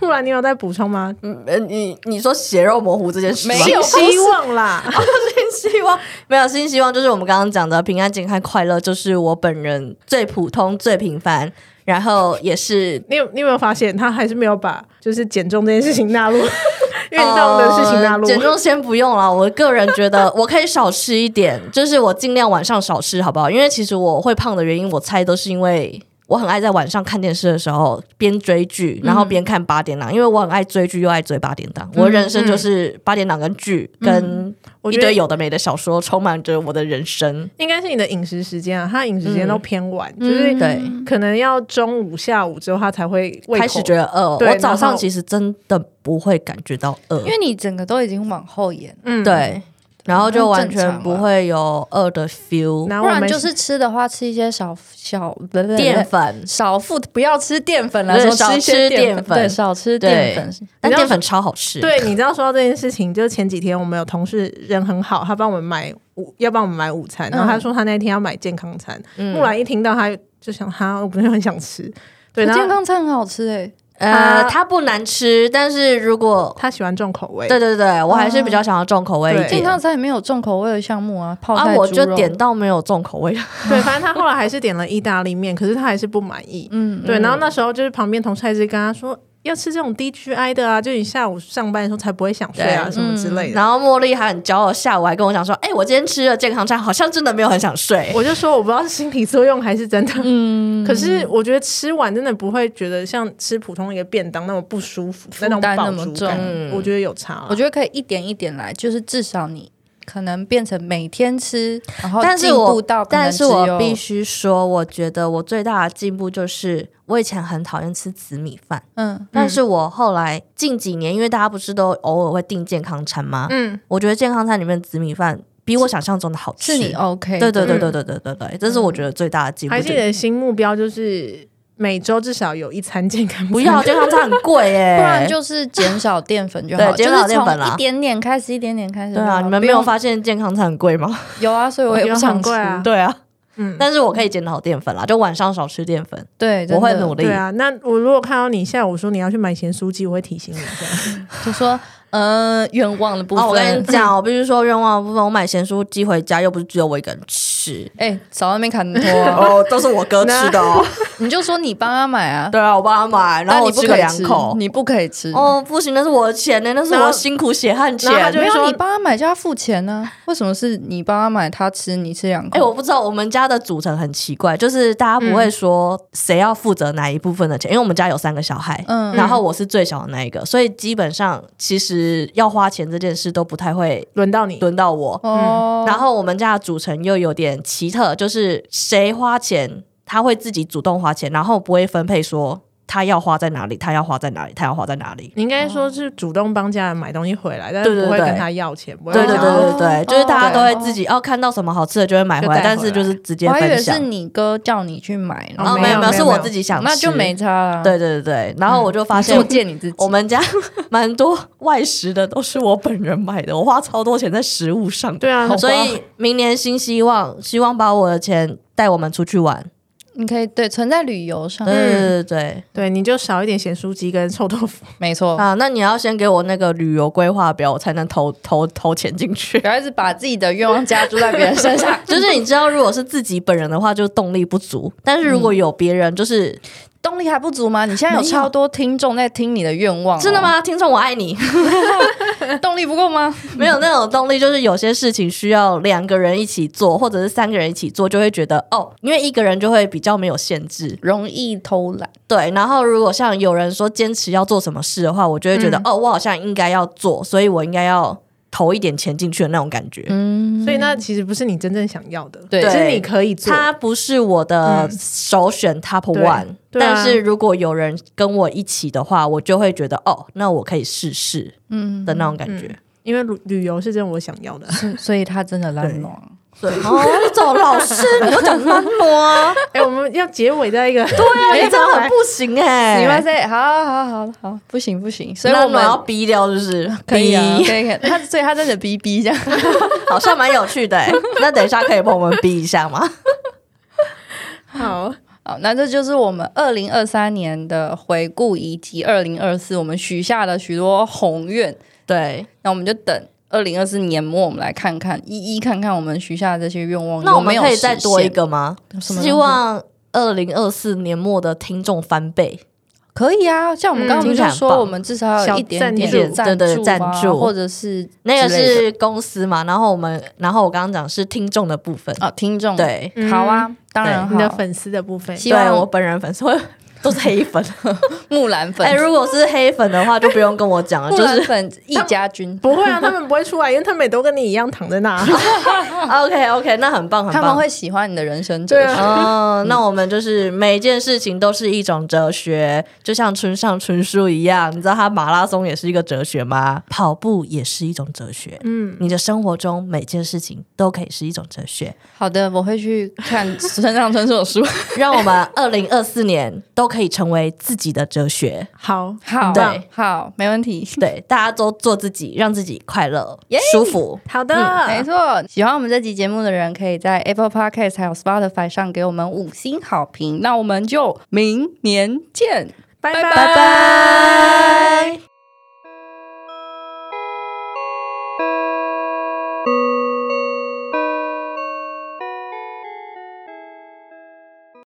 S3: 木兰，你有在补充吗？
S2: 嗯呃你你说血肉模糊这件事吗，
S1: 没有
S3: 希望啦，
S2: 新希望没有新希望，就是我们刚刚讲的平安、健康、快乐，就是我本人最普通、最平凡，然后也是。
S3: 你有你有没有发现，他还是没有把就是减重这件事情纳 入运动的事情纳啊
S2: 呃？
S3: 入
S2: 减重先不用了。我个人觉 得我可以少吃一点，就是我尽量晚上少吃，好不好？因为其实我会胖的原因，我猜都是因为我很爱在晚上看电视的时候边追剧，然后边看八点
S3: 嗯
S2: 档，因为我很爱追剧又爱追八点档。我的人生就是八点档跟剧、
S3: 嗯我
S2: 跟一
S3: 觉得
S2: 堆有的没的小说，充满着我的人生。
S3: 应该是你的饮食时间啊，他的饮食时间都偏晚，就是
S2: 嗯对，
S3: 可能要中午、下午之后，他才会胃口
S2: 开始觉得饿。
S3: 对
S2: 我早
S3: 然
S2: 上
S3: 后
S2: 其实真的不会感觉到饿
S1: 因，为你整个都已经往后延，
S3: 嗯
S2: 对，然后就完
S1: 很正
S2: 全
S1: 常啊
S2: 不会有饿的 feel。
S3: 然
S1: 不
S3: 后我
S1: 然
S3: 们
S1: 就是吃的话，吃一些少小不不
S2: 淀粉，
S1: 少富不要吃淀粉了，
S2: 对
S1: 说
S2: 少
S1: 一些
S2: 吃淀
S1: 淀
S2: 粉
S1: 对，少吃
S2: 对
S1: 淀粉。
S2: 但
S3: 你知道
S2: 淀粉超好吃。
S3: 对，你知道说到这件事情，就前几天我们有同事人很好，他帮我们买午，要帮我们买午餐，然后他
S1: 嗯
S3: 说他那天要买健康餐，
S2: 嗯，
S3: 木兰一听到他就想哈，我不是很想吃，对，然
S1: 健
S3: 后
S1: 康餐很好吃哎，
S2: 呃，
S3: 它
S2: 它不难吃，但是如果
S3: 他喜欢重口味，
S2: 对哦对对，我还是比较想要重口味一
S3: 对
S1: 健
S2: 点。
S1: 康餐里面有重口味的项目啊，泡
S2: 啊
S1: 菜、，
S2: 我
S1: 猪
S2: 就
S1: 肉
S2: 点到没有重口味的。
S3: 对，反正他后来还是点了意大利面，可是他还是不满意，
S1: 嗯，
S3: 对，然后那时候就是旁边同事还是跟他说。要吃这种 DGI 的啊，就你下午上班的时候才不会想睡啊，
S2: 对
S3: 什么
S1: 嗯
S3: 之类 的。
S2: 然后茉莉还很骄傲，下午还跟我讲说：“哎、我今天吃了健康餐，好像真的没有很想 睡。
S3: 我就说我不知道是心理作用还是真的，嗯，可是我觉得吃完真的不会觉得像吃普通一个便当那么不舒服，那种
S1: 担
S3: 饱
S1: 那么
S3: 足
S1: 重
S3: 感，
S2: 嗯
S3: 我觉得有差啊。
S1: 我觉得可以一点一点来，就是至少你可能变成每天吃，然后
S2: 但是
S1: 进
S2: 我
S1: 步到可能
S2: 但是
S1: 只
S2: 我
S1: 有
S2: 必须说，我觉得我最大的进步就是，我以前很讨厌吃紫米饭，
S1: 嗯，
S2: 但是我后来近几年，因为大家不是都偶尔会订健康餐吗？
S3: 嗯，
S2: 我觉得健康餐里面的紫米饭比我想象中的好吃。
S1: 是你 OK
S2: 对对
S1: 的
S2: 对对对对对对，这是我觉得最大的进步。
S3: 还是
S2: 就
S3: 你
S2: 是
S3: 的新目标就是每周至少有一餐健康餐，
S2: 不要健康餐很贵耶、
S1: 不然就是减少淀粉就好，
S2: 对减少淀粉
S1: 就是
S2: 啦
S1: 从一点点开始，一点点开始就
S2: 对
S1: 好。
S2: 啊，你们
S1: 嗯不
S2: 没有
S1: 用
S2: 发现健康餐很贵吗？
S1: 有啊，所以我也
S3: 有
S1: 不
S3: 很
S1: 想吃
S3: 贵啊
S2: 对啊，
S3: 嗯，
S2: 但是我可以减少淀粉啦，就晚上少吃淀粉，
S1: 对，真
S2: 我会
S1: 的
S2: 努力。
S3: 对啊。那我如果看到你下午说你要去买咸酥鸡，我会提醒你 一下。
S1: 就说呃愿望的部分。
S2: 哦，我跟你讲，我必须说愿望的部分，我买咸酥鸡回家又不是只有我一个人吃，
S1: 哎、少在那边砍拖、 啊，
S2: 哦，都是我哥吃的哦。
S1: 你就说你帮他买啊，
S2: 对啊，我帮他买，然
S1: 但
S2: 后
S1: 你
S2: 我
S1: 不
S2: 吃
S1: 可
S2: 个
S1: 以
S2: 两
S1: 吃，嗯
S2: 口。
S1: 你不可以吃。
S2: 哦，不行，那是我的钱呢，那是
S3: 然后
S2: 我辛苦血汗钱。
S3: 然后他就
S1: 没
S3: 会
S1: 有，
S3: 说
S1: 你帮他买就要付钱呢、为什么是你帮他买，他吃，你吃两口？
S2: 哎、我不知道我们家的组成很奇怪，就是大家不
S1: 嗯
S2: 会说谁要负责哪一部分的钱，因为我们家有三个小孩，
S1: 嗯
S2: 然后我是最小的那一个，所以基本上其实要花钱这件事都不太会
S3: 轮到你，
S2: 轮到我。
S1: 哦，
S2: 嗯然后我们家的组成又有点奇特，就是谁花钱他会自己主动花钱，然后不会分配说他要花在哪里，他要花在哪里，他要花在哪里。
S3: 你应该说是主动帮家人买东西回来，但是
S2: 对对
S3: 不会
S2: 对
S3: 跟他要钱。不会
S2: 对对
S3: 想要
S2: 对对对，就是大家都会
S1: 哦
S2: 自己哦看到什么好吃的就会买回来，
S3: 就带
S2: 但是
S3: 回来
S2: 就是直接
S1: 我还以为
S2: 分
S1: 是
S2: 享。
S1: 你哥叫你去买，然
S2: 哦，
S1: 后
S2: 没
S3: 没
S2: 有
S3: 有
S2: 没有，
S3: 没
S2: 是
S3: 有
S2: 我自己想吃，
S1: 那就没差了。，
S2: 对对对，然后我就发现
S1: 作践你自己。
S2: 我们家蛮多外食的都是我本人买的，我花超多钱在食物上。
S3: 对啊，
S2: 所以明年新希望，希望把我的钱带我们出去玩。
S1: 你可以对存在旅游上，
S2: 对对对对
S3: 对你就少一点咸酥鸡跟臭豆腐。
S1: 没错
S2: 对，啊！那你要先给我那个旅游规划表，我才能投投投钱进去，
S1: 不。要一直把自己的愿望加注在别人身上
S2: 就是你知道，如果是自己本人的话，就动力不足；但是如果有别人，就是、
S1: 动力还不足吗？你现在有
S2: 没有
S1: 超多听众在听你的愿望、哦
S2: 真的？吗？听众，我爱你。
S1: 动力不够吗？
S2: 没有那种动力，就是有些事情需要两个人一起做，或者是三个人一起做，就会觉得哦，因为一个人就会比较没有限制，
S1: 容易偷懒，
S2: 对。然后如果像有人说坚持要做什么事的话，我就会觉得、哦，我好像应该要做，所以我应该要投一点钱进去的那种感觉。
S1: 嗯，
S3: 所以那其实不是你真正想要的，
S1: 对
S3: 是你可以做。
S2: 它不是我的
S3: 嗯
S2: 首选 top
S3: 对
S2: one，、
S3: 对啊
S2: 但是如果有人跟我一起的话，我就会觉得哦，那我可以试试，嗯的那种感觉。
S3: 因为旅旅游是真的我想要的。
S1: 所以嗯所以他真的懒惰。
S2: 对，哦，这种老师，你啊又讲那么多，
S3: 哎、我们要结尾在一个 对
S2: 哎
S3: 啊
S2: 呀，这样很不行哎、
S1: 你们在好好好好好，不行不行，所以
S2: 那
S1: 我
S2: 我们要
S1: 们
S2: 逼掉，就是
S1: 可以啊，
S2: 逼
S1: 可以可以，他所以他在这逼逼这样。
S2: 好像蛮有趣的、欸。那等一下可以帮我们逼一下吗？
S3: 好，
S1: 好，那这就是我们二零二三年的回顾，以及二零二四我们许下了许多宏愿。
S2: 对，
S1: 那我们就等二零二四年末，我们来看看，一一看看我们许下的这些愿望
S2: 那我
S1: 有没
S2: 们
S1: 有
S2: 可以再
S1: 实
S2: 多一
S1: 现
S2: 个吗？
S1: 什么东西
S2: 希望二零二四年末的听众翻倍。
S1: 可以啊，像我们
S3: 嗯
S1: 刚刚不
S2: 听起
S1: 就
S2: 来很
S1: 说，
S2: 棒
S1: 我们至少要有一
S3: 小
S1: 点点
S3: 赞
S1: 的赞
S2: 助对对
S1: 助啊，
S2: 赞助
S1: 或者是
S2: 那个
S1: 之类的
S2: 是公司嘛，然后我们，然后我刚刚讲是听众的部分，
S1: 啊，听众
S2: 对，
S1: 好啊，当然
S3: 你的
S1: 好。
S3: 粉丝的部分，
S1: 希
S2: 对
S1: 望
S2: 我本人粉丝会 都是黑粉。
S1: 木兰粉，
S2: 哎、如果是黑粉的话，就不用跟我讲了，
S1: 木
S2: 就
S1: 兰
S2: 是
S1: 粉一家军，
S3: 不会啊，他们不会出来，因为他们也都跟你一样躺 在那。
S2: OK OK，那很棒，很棒。
S1: 他们会喜欢你的人生哲
S3: 对
S1: 学。
S3: 啊
S2: 嗯，那我们就是每一件事情都是一种哲学，就像村上春树一样，你知道他马拉松也是一个哲学吗？跑步也是一种哲学。嗯，你的生活中每件事情都可以是一种哲学。
S1: 好的，我会去看村上春树的书。
S2: 让我们二零二四年都可以成为自己的哲学。
S3: 好，
S1: 好，
S2: 对
S1: 好，没问题。
S2: 对，大家都做自己，让自己快乐、舒服。
S3: 好的，
S1: 没错，喜欢我们这期节目的人，可以在 Apple Podcast 还有 Spotify 上给我们五星好评。那我们就明年见，
S3: 拜
S1: 拜
S3: 拜
S2: 拜拜。